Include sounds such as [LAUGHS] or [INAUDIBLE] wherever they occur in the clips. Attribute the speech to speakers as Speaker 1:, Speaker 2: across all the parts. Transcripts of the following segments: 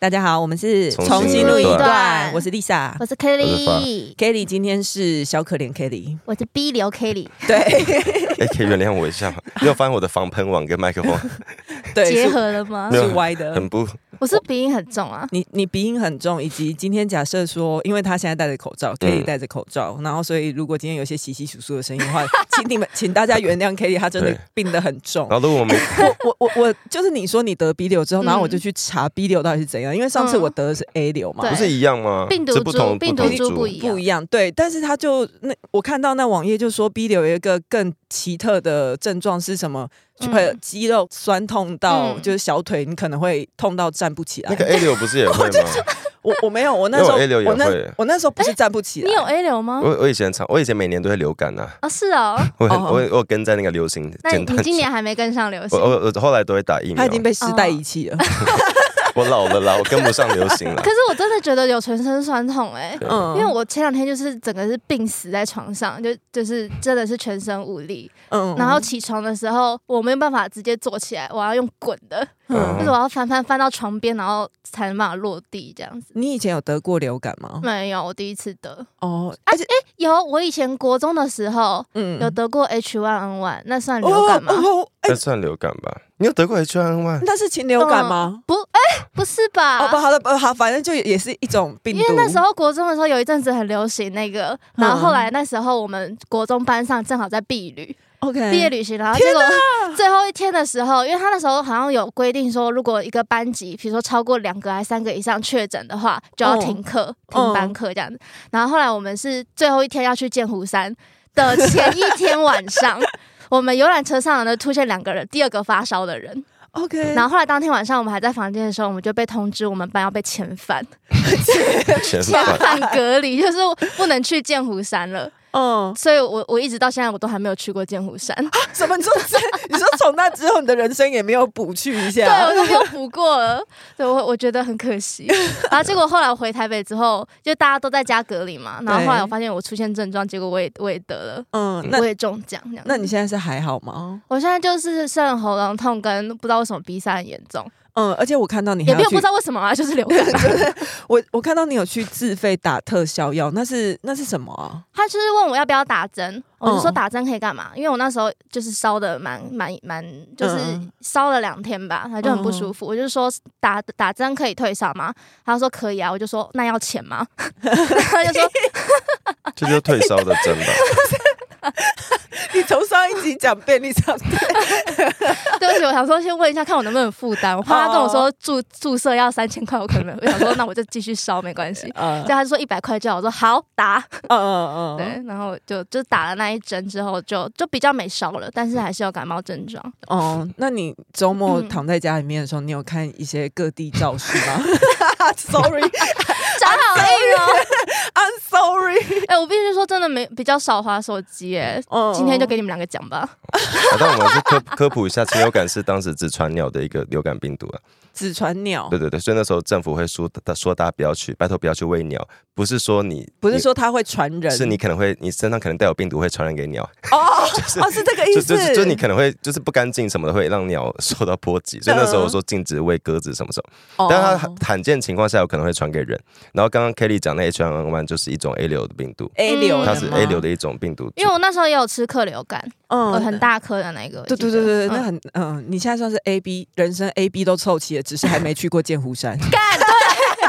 Speaker 1: 大家好，我们是
Speaker 2: 重新录一
Speaker 3: 段
Speaker 1: 我是 Lisa
Speaker 3: 我是
Speaker 2: 我是
Speaker 3: Kelly，
Speaker 1: Kelly，今天是小可怜 Kelly，
Speaker 3: 我是 B 流 Kelly，
Speaker 1: 对
Speaker 2: 哎、可以原谅我一下吗？你有发现我的防喷网跟麦克
Speaker 3: [LAUGHS]
Speaker 2: 风
Speaker 1: [LAUGHS] 对，
Speaker 3: 结
Speaker 1: 是
Speaker 3: 合了吗
Speaker 2: 没？有
Speaker 1: 是歪的
Speaker 2: 很。不
Speaker 3: 我是鼻音很重
Speaker 1: [LAUGHS]
Speaker 3: 啊，
Speaker 1: 你你鼻音很重，以及今天假设说，因为他现在戴着口
Speaker 2: 嗯
Speaker 1: 罩，Kelly 戴着口罩，然后所以如果今天有一些稀稀疏疏的声音的
Speaker 3: [LAUGHS]
Speaker 1: 话，请你们请大家原谅 Kelly，他真的
Speaker 2: 对
Speaker 1: 病得很重。
Speaker 2: 然后如果我们
Speaker 1: 我我我就是你说你得鼻瘤之后，
Speaker 3: 嗯
Speaker 1: 然后我就去查鼻瘤到底是怎样，因为上次
Speaker 3: 嗯
Speaker 1: 我得的是 A 瘤嘛，
Speaker 3: 对
Speaker 2: 不是一样吗？
Speaker 3: 病毒
Speaker 2: 是不
Speaker 3: 株
Speaker 2: 同
Speaker 3: 病毒
Speaker 2: 不同
Speaker 3: 株不一样
Speaker 1: 不一样，对，但是他就那我看到那网页就说 B 流有一个更奇特的症状是什么？
Speaker 3: 嗯
Speaker 1: 会有肌肉酸痛到
Speaker 3: 嗯
Speaker 1: 就是小腿你可能会痛到站不起来
Speaker 2: 那。个 A 六不是也
Speaker 3: [LAUGHS]
Speaker 2: 会吗？
Speaker 1: 我我没有，我那
Speaker 2: 因
Speaker 1: 时
Speaker 2: 为
Speaker 1: 候
Speaker 2: 我 A 流也
Speaker 1: 我那
Speaker 2: 会
Speaker 1: 我那时候不是站不起
Speaker 3: 哎你有
Speaker 1: 来，
Speaker 3: A 流吗？
Speaker 2: 我我以前常，我以前每年都会流感呐、啊，
Speaker 3: 啊，
Speaker 2: [LAUGHS]
Speaker 3: 是哦，
Speaker 2: 我很
Speaker 1: 哦
Speaker 2: 我我有跟在那个流行
Speaker 3: 那
Speaker 2: 简
Speaker 3: 你
Speaker 2: 单 [LAUGHS]
Speaker 3: 今年还没跟上流
Speaker 2: 我
Speaker 3: 行，啊
Speaker 2: 我我后来都会打疫苗
Speaker 1: 他已，经被
Speaker 3: 哦
Speaker 1: 时代遗弃了。
Speaker 2: 我老了啦，我跟不上流行了
Speaker 3: [LAUGHS] 可。是我真的觉得有全身酸痛哎、
Speaker 2: [LAUGHS] 对
Speaker 1: 嗯
Speaker 3: 因为我前两天就是整个是病死在床上，就就是真的是全身无力。
Speaker 1: 嗯
Speaker 3: 然后起床的时候，我没有办法直接坐起来，我要用滚的，
Speaker 2: 嗯
Speaker 3: [LAUGHS] 就是我要翻翻翻到床边，然后才能办法落地这样子。
Speaker 1: 你以前有得过流感吗？
Speaker 3: 没有，我第一次得。
Speaker 1: 哦，而且
Speaker 3: 有，我以前国中的时候
Speaker 1: 嗯
Speaker 3: 有得过 H1N1，那算流感吗？
Speaker 1: 哦哦哎
Speaker 2: 那，算流感吧？你有得过 H1N1？
Speaker 1: 那是禽流感吗？
Speaker 3: 不，哎、不是吧？
Speaker 1: 哦不，好了，不好，反正就也也是一种病
Speaker 3: 因
Speaker 1: 毒。
Speaker 3: 为那时候国中的时候有一阵子很流行那个，
Speaker 1: 嗯
Speaker 3: 然后后来那时候我们国中班上正好在毕旅
Speaker 1: OK
Speaker 3: 毕业旅行，然后结果 [LAUGHS] 最后一天的时候，因为他那时候好像有规定说，如果一个班级比如说超过两个还三个以上确诊的话，就要停课、
Speaker 1: 嗯
Speaker 3: 停班课这样子。然后后来我们是最后一天要去剑湖山的前一天
Speaker 1: [LAUGHS]
Speaker 3: 晚上，我们游览车上呢出现两个人，第二个发烧的人，
Speaker 1: OK，
Speaker 3: 然后后来当天晚上我们还在房间的时候，我们就被通知我们班要被遣
Speaker 1: [LAUGHS]
Speaker 3: 返，
Speaker 2: 前
Speaker 3: 遣
Speaker 2: 饭
Speaker 3: 返隔离， [LAUGHS] 就是不能去剑湖山了。
Speaker 1: 嗯，
Speaker 3: 所以我我一直到现在我都还没有去过剑
Speaker 1: [LAUGHS]
Speaker 3: 湖山，
Speaker 1: 什么？你说这？你说从那之后，你的人生也没有补去一
Speaker 3: [LAUGHS] 对
Speaker 1: 下？
Speaker 3: 我都没有补过了，对我我觉得很可惜。
Speaker 1: [LAUGHS]
Speaker 3: 然后结果后来我回台北之后，就大家都在家隔离嘛，然后后来我发现我出现症状，结果我也我也得了。
Speaker 1: 嗯，那
Speaker 3: 我也中奖这样。
Speaker 1: 那你现在是还好吗？
Speaker 3: 我现在就是剩喉咙痛，跟不知道为什么鼻塞很严重，
Speaker 1: 嗯，而且我看到你还
Speaker 3: 也没有
Speaker 1: 去
Speaker 3: 不知道为什么啊，就是流感。
Speaker 1: 我我看到你有去自费打特效药，那是那是什么啊？
Speaker 3: [LAUGHS] 他就是问我要不要打针，我就说
Speaker 1: 嗯
Speaker 3: 打针可以干嘛？因为我那时候就是烧的蛮蛮蛮，就是
Speaker 1: 嗯
Speaker 3: 烧了两天吧，他就很不舒服。我就说打打针可以退烧吗？他说可以啊，我就说那要钱
Speaker 1: [LAUGHS]
Speaker 3: 吗？他就说
Speaker 2: 这就是退烧的针吧？
Speaker 1: 你从上一集讲便利商 [LAUGHS] 店，
Speaker 3: 对不起，我想说先问一下，看我能不能负担。我怕他跟我
Speaker 1: 哦
Speaker 3: 说注注射要三千块，我可能没有我
Speaker 1: [LAUGHS]
Speaker 3: 想说那我就继续烧没关系。
Speaker 1: 嗯
Speaker 3: 对，他就说一百块就好，我说好打。
Speaker 1: 嗯嗯
Speaker 3: 对，然后就就打了那一针之后就，就比较没烧了，但是还是有感冒
Speaker 1: [LAUGHS]
Speaker 3: 症状。
Speaker 1: 哦，那你周末
Speaker 3: 嗯
Speaker 1: 躺在家里面的时候，你有看一些各地造势
Speaker 3: [LAUGHS]
Speaker 1: 吗？Sorry，I'm
Speaker 3: 长好硬哦。
Speaker 1: sorry，
Speaker 3: 哎、我必须说，真的没比较少滑手机耶。
Speaker 1: 嗯
Speaker 3: [LAUGHS] 今天就给你们两个讲
Speaker 2: 嗯
Speaker 3: 吧。
Speaker 2: 好，啊那我们还是科科普一下，禽流感是当时只传鸟的一个流感病毒啊。
Speaker 1: 只传鸟
Speaker 2: 对，对对，所以那时候政府会说，他说大家不要去，拜托不要去喂鸟，不是说你
Speaker 1: 不是。说它会传
Speaker 2: 你
Speaker 1: 人，
Speaker 2: 是你可能会，你身上可能带有病毒，会传染给鸟，
Speaker 1: 哦
Speaker 2: [LAUGHS] 就是
Speaker 1: 哦，是这个意
Speaker 2: 就
Speaker 1: 思
Speaker 2: 就，就你可能会就是不干净什么的，会让鸟受到波及。所以那时候说禁止喂鸽子什么什么，
Speaker 1: 哦，
Speaker 2: 但它罕见情况下有可能会传给人。然后刚刚 Kelly 讲那 H1N1 就是一种 A 流的病毒，
Speaker 1: A 流的
Speaker 2: 嗯它是
Speaker 1: 吗
Speaker 2: A 流，的一种病毒株
Speaker 3: 因为我那时候也有吃客流感，呃，
Speaker 1: 嗯
Speaker 3: 很。大颗的那个。
Speaker 1: 对对对对，对那
Speaker 3: 很
Speaker 1: 很嗯，你现在算是 A B 人生 A B 都凑齐了，只是还没去过剑湖山。？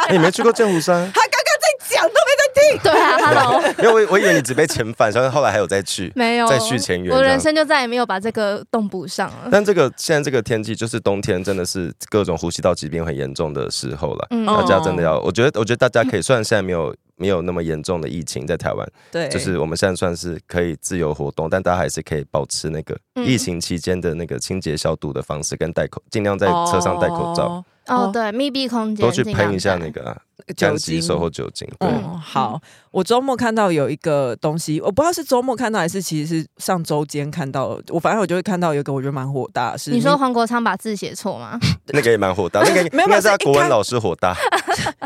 Speaker 2: 哎你没去过剑湖山
Speaker 1: [LAUGHS] 他刚刚在讲都
Speaker 3: [LAUGHS]
Speaker 1: 没在听。
Speaker 3: 对啊，Hello，
Speaker 2: [LAUGHS] 因为我我以为你只被遣返，然后后来还有再去。
Speaker 3: 没有
Speaker 2: 再续前缘
Speaker 3: 我
Speaker 2: 这
Speaker 3: 人
Speaker 2: 样
Speaker 3: 生就再也没有把这个洞补上了。
Speaker 2: [LAUGHS] 但这个现在这个天气，就是冬天，真的是各种呼吸道疾病很严重的时候了。
Speaker 3: 嗯
Speaker 2: 大家
Speaker 1: 哦
Speaker 2: 真的要，我觉得，我觉
Speaker 1: [LAUGHS]
Speaker 2: 得大家可以，虽然现在没有没有那么严重的疫情在台湾，
Speaker 1: 对，
Speaker 2: 就是我们现在算是可以自由活动，但大家还是可以保持那个
Speaker 3: 嗯
Speaker 2: 疫情期间的那个清洁消毒的方式，跟戴口，尽量在车上戴口罩，
Speaker 1: 哦
Speaker 3: 哦，对，密闭空间
Speaker 2: 多去
Speaker 3: 尽量
Speaker 2: 喷一下
Speaker 3: 戴
Speaker 2: 那个啊
Speaker 1: 酒
Speaker 2: 干
Speaker 1: 精
Speaker 2: 洗手或酒精，对，
Speaker 1: 嗯，好，我周末看到有一个东西，我不知道是周末看到还是其实是上周间看到，我反正我就会看到有一个我觉得蛮火大的是，
Speaker 3: 你
Speaker 2: 嗯
Speaker 3: 说黄国昌把字写错
Speaker 2: [LAUGHS]
Speaker 3: 吗？
Speaker 2: 那个也蛮火大，那个
Speaker 1: [LAUGHS] 没有
Speaker 2: 应该是他
Speaker 1: 是一
Speaker 2: 国文
Speaker 1: 开
Speaker 2: 老师火
Speaker 1: [LAUGHS]
Speaker 2: 大，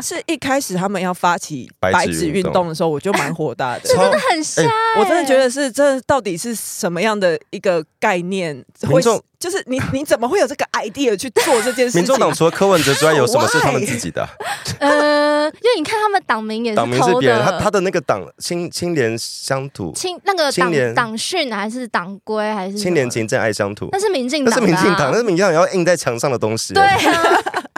Speaker 1: 是一开始他们要发起
Speaker 2: 白纸
Speaker 1: 白纸
Speaker 2: 运
Speaker 1: 运
Speaker 2: 动
Speaker 1: 动的时候，我就蛮火大的。
Speaker 2: 超
Speaker 3: 很像，
Speaker 1: 我真的觉得是，这到底是什么样的一个概念？会
Speaker 2: 民众
Speaker 1: 就是你你怎么会有这个 idea 去做这件事情？啊
Speaker 2: 民众党除了柯文哲之外，有什么是
Speaker 1: [LAUGHS]
Speaker 2: 他们
Speaker 1: Why？
Speaker 2: 自己的啊？
Speaker 3: 呃，因为你看他们党名也
Speaker 2: 党名是
Speaker 3: 偷
Speaker 2: 别人，
Speaker 3: 的，
Speaker 2: 他他的那个党青青廉乡土、
Speaker 3: 清那个
Speaker 2: 清廉
Speaker 3: 党党训还是党规还是什么
Speaker 2: 青廉勤政爱乡土
Speaker 3: 那，是民进
Speaker 2: 那
Speaker 3: 党、啊，
Speaker 2: 是民进党，那是民进党要印在墙上的东西，[LAUGHS]
Speaker 3: 对啊，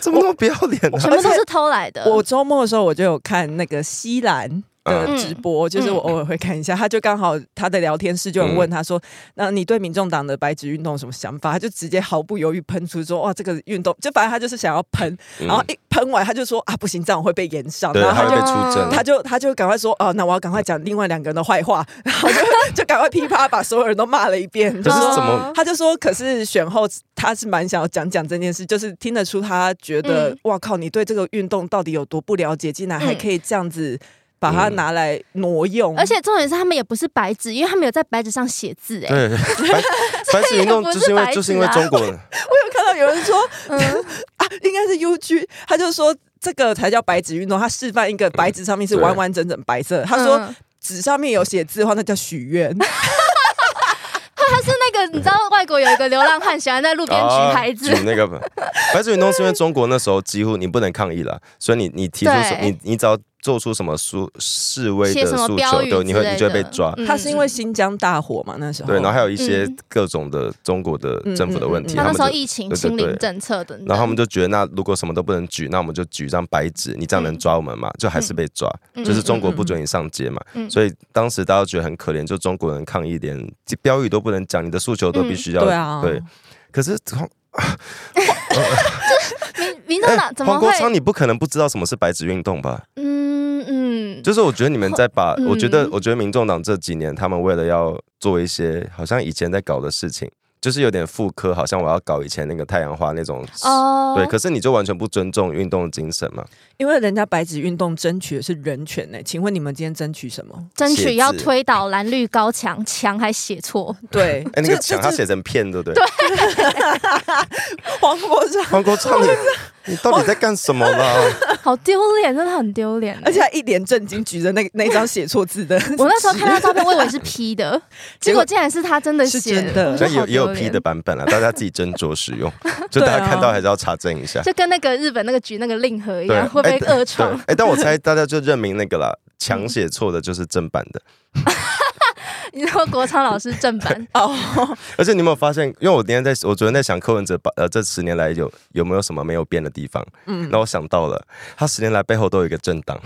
Speaker 2: 怎么那么不要脸啊呢
Speaker 3: 全？部都是偷来的。
Speaker 1: [LAUGHS] 我周末的时候我就有看那个西兰。的
Speaker 3: 嗯
Speaker 1: 直播、就是我偶尔会看一下，他就刚好他的聊天室就有
Speaker 2: 嗯
Speaker 1: 人问他说：“那你对民众党的白纸运动有什么想法？”他就直接毫不犹豫喷出说：“哇，这个运动就反正他就是想要喷，
Speaker 2: 嗯
Speaker 1: 然后一喷完他就说啊不行，这样我会被延上。”
Speaker 2: 对，
Speaker 1: 然后
Speaker 2: 他
Speaker 1: 他
Speaker 2: 会
Speaker 1: 就
Speaker 2: 被出征
Speaker 3: 嗯。
Speaker 1: 他就他就赶快说哦，那我要赶快讲另外两个人的坏话，然后就就赶快噼啪把所有人都骂了一遍。就
Speaker 2: 可
Speaker 1: 是
Speaker 2: 是
Speaker 1: 说
Speaker 2: 怎
Speaker 3: 呃
Speaker 2: 么
Speaker 1: 他就说，可是选后他是蛮想要讲讲这件事，就是听得出他觉得、
Speaker 3: 嗯
Speaker 1: 哇靠，你对这个运动到底有多不了解，竟然还可以这样子把它
Speaker 2: 嗯
Speaker 1: 拿来挪用，
Speaker 3: 而且重点是他们也不是白纸，因为他们有在白纸上写字、哎， [LAUGHS]
Speaker 2: 对，白白纸运动
Speaker 3: 不是
Speaker 2: 就是因
Speaker 3: 白
Speaker 2: 为
Speaker 3: 纸
Speaker 2: 就是因为
Speaker 3: 啊
Speaker 2: 中国
Speaker 3: [LAUGHS]
Speaker 2: 人，
Speaker 1: 我有看到有人说
Speaker 3: 嗯，
Speaker 1: [LAUGHS] 啊，应该是 U G，他就说。这个才叫白纸运动，他示范一个白纸上面是
Speaker 2: 对
Speaker 1: 完完整整白色的。他说
Speaker 3: 嗯
Speaker 1: 纸上面有写字的话，那叫许愿。
Speaker 3: 他是那个你知道外国有一个流浪汉喜欢在路边
Speaker 2: 啊，
Speaker 3: 举牌子，
Speaker 2: 举那个
Speaker 3: [LAUGHS]
Speaker 2: 白纸运动是因为中国那时候几乎你不能抗议了，所以你你提出什
Speaker 3: 对
Speaker 2: 你你只要做出什么诉示威
Speaker 3: 写
Speaker 2: 的
Speaker 3: 什么
Speaker 2: 诉
Speaker 3: 标
Speaker 2: 求，
Speaker 3: 语
Speaker 2: 对，你
Speaker 3: 之
Speaker 2: 会
Speaker 3: 类
Speaker 2: 你就会被
Speaker 3: 的
Speaker 2: 抓。
Speaker 3: 嗯
Speaker 1: 他是因为新疆大火嘛，那时候
Speaker 2: 对，然后还有一些
Speaker 3: 嗯
Speaker 2: 各种的中国的政府的问题，
Speaker 1: 嗯
Speaker 3: 他
Speaker 2: 他
Speaker 3: 那
Speaker 2: 们
Speaker 3: 时候
Speaker 2: 就。
Speaker 3: 疫情
Speaker 2: 对对
Speaker 3: 清零
Speaker 2: 对
Speaker 3: 政策等等，
Speaker 2: 然后他们就觉得，那如果什么都不能举，那我们就举一张白纸，你这样能抓我们吗？就还是被抓，
Speaker 3: 嗯
Speaker 2: 就是中国不准你上街嘛。
Speaker 3: 嗯嗯
Speaker 2: 所以当时大家觉得很可怜，就中国人抗议，连标语都不能讲，你的诉求都
Speaker 3: 嗯
Speaker 2: 必须要、
Speaker 1: 对啊，
Speaker 2: 对，可是
Speaker 3: 民民进党怎
Speaker 2: 哎
Speaker 3: 么
Speaker 2: 黄国
Speaker 3: 会？
Speaker 2: 昌，你不可能不知道什么是白纸运动吧？
Speaker 3: 嗯嗯，
Speaker 2: 就是我觉得你们在把，
Speaker 3: 嗯
Speaker 2: 我觉得我觉得民众党这几年他们为了要做一些好像以前在搞的事情，就是有点复刻，好像我要搞以前那个太阳花那种。
Speaker 3: 哦，
Speaker 2: 对，可是你就完全不尊重运动精神嘛？
Speaker 1: 因为人家白纸运动争取的是人权呢、请问你们今天争取什么？
Speaker 3: 争取要
Speaker 2: 写字
Speaker 3: 推倒蓝绿高墙，墙还写错，
Speaker 1: 对，
Speaker 2: 哎，那个
Speaker 1: 这
Speaker 2: 墙
Speaker 1: 这
Speaker 2: 他
Speaker 1: 这
Speaker 2: 写成片，对不对？
Speaker 1: [LAUGHS] 黄国昌，
Speaker 2: 黄国昌，你你到底在干什么啦？
Speaker 3: 好丢脸，真的很丢脸。欸
Speaker 1: 而且他一脸震惊，举着那那张写错字
Speaker 2: [LAUGHS]
Speaker 1: 的
Speaker 2: 嗯
Speaker 3: 我那时候看到照片，我以为是 P 的，
Speaker 1: 结
Speaker 3: 结果
Speaker 1: 果
Speaker 3: 竟然是他真的
Speaker 1: 是
Speaker 3: 写
Speaker 1: 真的
Speaker 3: 我
Speaker 2: 所
Speaker 3: 觉得
Speaker 2: 以也有
Speaker 3: 好
Speaker 2: 也有
Speaker 3: 丢
Speaker 2: P
Speaker 3: 脸
Speaker 2: 的版本啦，大家自己斟酌使用。就大家
Speaker 1: 对啊
Speaker 2: 看到还是要查证一下。
Speaker 3: [LAUGHS] 就跟那个日本那个举那个令和一
Speaker 2: 对，
Speaker 3: 啊样，会被
Speaker 2: 哎
Speaker 3: 恶
Speaker 2: 对
Speaker 3: 创。
Speaker 2: 哎，但我猜大家就认明那个啦，强写错的就是正版的。
Speaker 3: 你说国昌老师正
Speaker 2: [LAUGHS]
Speaker 3: 版
Speaker 2: 啊
Speaker 1: 哦，
Speaker 2: 而且你有没有发现？因为我今天在，我昨天在想柯文哲把呃这十年来有有没有什么没有变的地方？嗯，那我想到了，他十年来背后都有一个政党，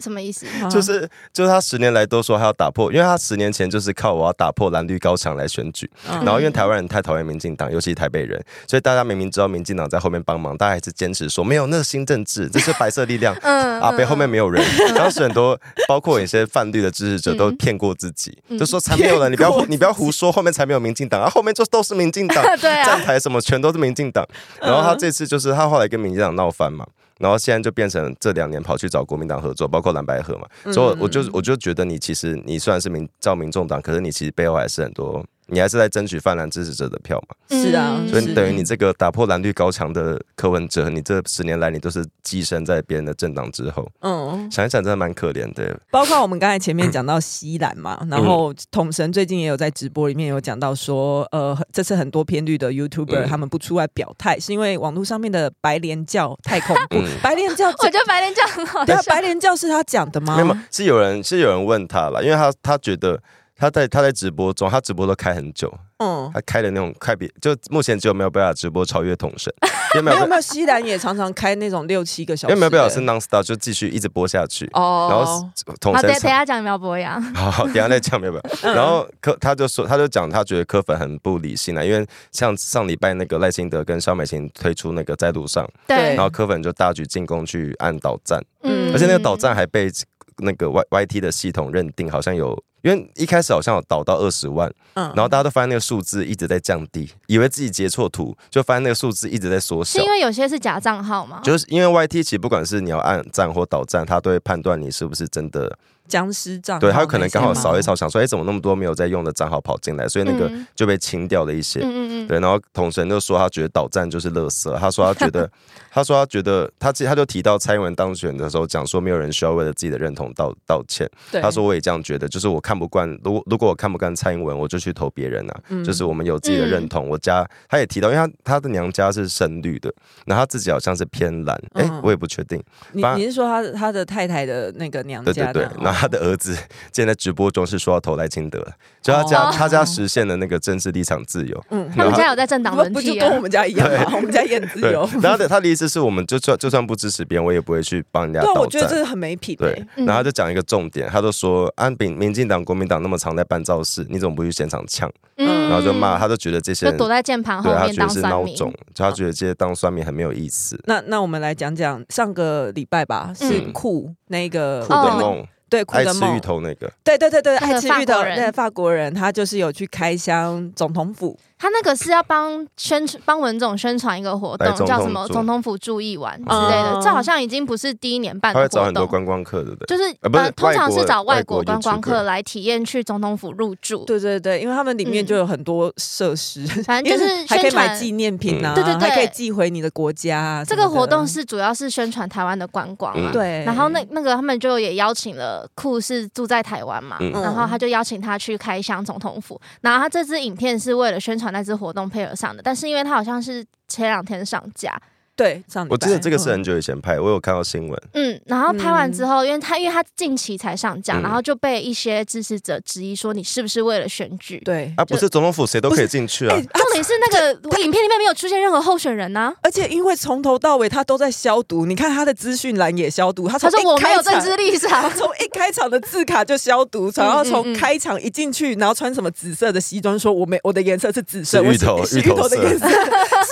Speaker 3: 什么意思？
Speaker 1: 嗯
Speaker 2: 就是就是他十年来都说他要打破，因为他十年前就是靠我要打破蓝绿高墙来选举，
Speaker 1: 嗯
Speaker 2: 然后因为台湾人太讨厌民进党，尤其台北人，所以大家明明知道民进党在后面帮忙，大家还是坚持说没有，那是新政治，这是白色力量。 [LAUGHS]
Speaker 3: 嗯
Speaker 2: 阿北后面没有人，
Speaker 1: 嗯
Speaker 2: 当时很多包括有些泛绿的支持者都骗过自己，就说才没有人，你不要
Speaker 1: 嗯骗过
Speaker 2: 你不要胡说，后面才没有民进党，啊后面就都是民进
Speaker 1: [LAUGHS]
Speaker 2: 党，
Speaker 3: [LAUGHS] 对啊
Speaker 2: 站台什么全都是民进
Speaker 3: [LAUGHS]
Speaker 2: 党。然后他这次就是他后来跟民进党闹翻嘛。然后现在就变成这两年跑去找国民党合作，包括蓝白合嘛，
Speaker 3: 嗯
Speaker 2: 所以我我就我就觉得你其实你虽然是民照民众党，可是你其实背后还是很多，你还是在争取泛蓝支持者的票嘛。
Speaker 1: 是啊
Speaker 3: 嗯，
Speaker 2: 所以
Speaker 1: 是
Speaker 2: 你等于你这个打破蓝绿高墙的柯文哲，你这十年来你都是寄生在别人的政党之后，
Speaker 1: 嗯，
Speaker 2: 想一想真的蛮可怜的。
Speaker 1: 包括我们刚才前面讲到西兰嘛，
Speaker 2: 嗯
Speaker 1: 然后统神最近也有在直播里面有讲到说，呃，这次很多偏绿的 YouTuber
Speaker 2: 嗯
Speaker 1: 他们不出来表态，是因为网络上面的白莲教太恐
Speaker 2: 嗯
Speaker 1: 怖，白莲 [LAUGHS] 教
Speaker 3: 我觉得白莲教很好
Speaker 1: 对啊
Speaker 3: 笑，，
Speaker 1: 白莲教是他讲
Speaker 3: 啊
Speaker 1: 的吗？
Speaker 2: 没有，是有人是有人问他了，因为他他觉得他在他在直播中，他直播都开很久，
Speaker 3: 哦
Speaker 1: 嗯，
Speaker 2: 他开的那种开比就目前只有没有贝尔直播超越统
Speaker 3: [LAUGHS]
Speaker 2: 神，因为没
Speaker 1: 没有
Speaker 2: 有
Speaker 1: 没有，西兰也常常开那种六七个小
Speaker 2: 因为
Speaker 1: 时，
Speaker 2: 没有贝尔是 non stop 就继续一直播下去，
Speaker 1: 哦，
Speaker 2: 然后统
Speaker 3: 好，等
Speaker 2: 神
Speaker 3: 等一下嗯讲苗博雅，
Speaker 2: [LAUGHS] 好，好，等一下再讲，没有没有。然后柯他就说，他就讲他觉得柯粉很不理性啊，因为像上礼拜那个赖清德跟肖美琴推出那个在路上，
Speaker 3: 嗯
Speaker 1: 对
Speaker 2: 然后柯粉就大举进攻去按导赞，
Speaker 1: 嗯
Speaker 2: 而且那个导赞还被那个 Y Y T 的系统认定好像有因为一开始好像有导到二十万，
Speaker 1: 嗯
Speaker 2: 然后大家都发现那个数字一直在降低，以为自己截错图，就发现那个数字一直在缩
Speaker 3: 是
Speaker 2: 小
Speaker 3: 因。为哦有些是假账号吗？
Speaker 2: 就是因为 YT 其实不管是你要按赞或倒赞，它都会判断你是不是真的，
Speaker 1: 僵尸账
Speaker 3: 啊
Speaker 1: 号那些
Speaker 2: 对，
Speaker 1: 吗，
Speaker 2: 它有可能刚好扫一扫，想说，哎，怎么那么多没有在用的账号跑进来，所以那个
Speaker 3: 嗯
Speaker 2: 就被清掉了一些。
Speaker 3: 嗯嗯嗯，
Speaker 2: 对，然后同神就说他觉得导战就是垃圾，他说他觉
Speaker 3: [LAUGHS]
Speaker 2: 得，他说他觉得他自己他就提到蔡英文当选的时候讲说没有人需要为了自己的认同道道歉，
Speaker 1: 对。
Speaker 2: 他说我也这样觉得，就是我看不惯，如果如果我看不惯蔡英文，我就去投别人啊，
Speaker 1: 嗯
Speaker 2: 就是我们有自己的认同。我家他也提到，因为他他的娘家是深绿的，然后他自己好像是偏蓝，哎、
Speaker 1: 嗯
Speaker 2: 我也不确定，
Speaker 1: 你
Speaker 2: 反
Speaker 1: 你是说他他的太太的哦那个娘
Speaker 2: 对
Speaker 1: 家
Speaker 2: 对
Speaker 1: 呢？
Speaker 2: 对， [LAUGHS] 然后他的儿子现在直播中是说要投赖清德，就他家、
Speaker 3: 哦
Speaker 2: 他家实现了那个政治立场自由。
Speaker 1: 嗯，
Speaker 3: 他
Speaker 2: 然
Speaker 3: 们
Speaker 2: 后
Speaker 3: 家有在政党轮
Speaker 1: 不不就
Speaker 3: 替
Speaker 1: 跟我
Speaker 3: 啊？
Speaker 1: 们家一样吗？我们家也很自
Speaker 2: 对 [LAUGHS]
Speaker 1: 由。，
Speaker 2: 然后他的他的意思是我们就算就算不支持别人，我也不会去帮人家
Speaker 1: 对啊，
Speaker 2: 倒
Speaker 1: 我觉得这
Speaker 2: 站。
Speaker 1: 是很没品欸的、
Speaker 2: 对，然后
Speaker 3: 嗯
Speaker 2: 他就讲一个重点，他就说，按民民进党、国民党那么常在办造势，你怎么不去现场呛？
Speaker 1: 嗯
Speaker 2: 然后就骂，，他就觉得这些
Speaker 3: 就
Speaker 2: 人
Speaker 3: 躲在键盘后
Speaker 2: 对他
Speaker 3: 面
Speaker 2: 觉
Speaker 3: 当
Speaker 2: 得是
Speaker 3: 酸
Speaker 2: 孬
Speaker 3: 民。嗯
Speaker 2: 种，就他觉得这些当酸民很没有意思。
Speaker 1: 那那我们来讲讲上个礼拜吧，是
Speaker 2: 嗯
Speaker 1: 酷那个
Speaker 2: 酷的
Speaker 3: 哦
Speaker 2: 梦，
Speaker 1: 对酷
Speaker 2: 爱
Speaker 1: 的
Speaker 2: 吃芋
Speaker 1: 梦，
Speaker 2: 头那个，
Speaker 1: 对对对对，
Speaker 3: 那个
Speaker 1: 爱吃
Speaker 3: 法
Speaker 1: 芋头
Speaker 3: 国人
Speaker 1: 对法国人，他就是有去开箱总统府，
Speaker 3: 他那个是要帮宣传帮文总宣传一个活
Speaker 2: 来总统
Speaker 3: 动，叫什么
Speaker 2: 府
Speaker 3: “总统府注意玩”之类的
Speaker 1: 哦。
Speaker 3: 这好像已经不是第一年办
Speaker 2: 他
Speaker 3: 的
Speaker 2: 会找
Speaker 3: 活
Speaker 2: 很多
Speaker 3: 动，
Speaker 2: 观光客，对不对？
Speaker 3: 就是
Speaker 2: 呃不是
Speaker 3: 通常
Speaker 2: 外
Speaker 3: 是
Speaker 2: 国
Speaker 3: 找外国
Speaker 2: 外国
Speaker 3: 观光
Speaker 2: YouTuber
Speaker 3: 客来体验去总统府入住。
Speaker 1: 对对对，因为他们里面
Speaker 3: 嗯
Speaker 1: 就有很多设施，
Speaker 3: 反正
Speaker 1: 因
Speaker 3: 就
Speaker 1: 为
Speaker 3: 是
Speaker 1: 还可
Speaker 3: 宣
Speaker 1: 以买
Speaker 3: 传
Speaker 1: 纪念品啊，
Speaker 2: 嗯
Speaker 3: 对对对
Speaker 1: 还可以寄回你的国家、啊。
Speaker 3: 这
Speaker 1: 什
Speaker 3: 个
Speaker 1: 么的
Speaker 3: 活动是主要是宣传台湾的观光嘛
Speaker 2: 嗯。
Speaker 1: 对，
Speaker 3: 啊然后那那个他们就也邀请了酷是住在台湾嘛，
Speaker 2: 嗯
Speaker 3: 然后他就邀请他去开箱总统府。然后他这支影片是为了宣传那支活动配合上的，但是因为他好像是前两天上架，
Speaker 1: 对上礼拜
Speaker 2: 我记得这个是
Speaker 1: 嗯
Speaker 2: 很久以前拍，我有看到新闻，
Speaker 3: 嗯，然后拍完
Speaker 1: 嗯
Speaker 3: 之后，因为他因为他近期才上架，
Speaker 2: 嗯
Speaker 3: 然后就被一些支持者质疑说你是不是为了选举？
Speaker 1: 嗯对，
Speaker 2: 啊，不是总统府谁都可以进去啊
Speaker 1: 哎，
Speaker 3: 重点是那个影片里面没有出现任何候选人啊呐、
Speaker 1: 而且因为从头到尾他都在消毒，你看他的资讯栏也消毒，他
Speaker 3: 他
Speaker 1: 从
Speaker 3: 说我
Speaker 1: 一
Speaker 3: 没
Speaker 1: 开
Speaker 3: 有政
Speaker 1: 场，
Speaker 3: 治立场
Speaker 1: [LAUGHS] 从一开场的字卡就消毒，然后从
Speaker 3: 嗯嗯
Speaker 1: 开场一进去，然后穿什么紫色的西装，说我没我的颜色是紫色，
Speaker 2: 是
Speaker 1: 我
Speaker 2: 芋头
Speaker 1: 是
Speaker 2: 芋
Speaker 1: [LAUGHS]
Speaker 2: 头
Speaker 1: 的颜色，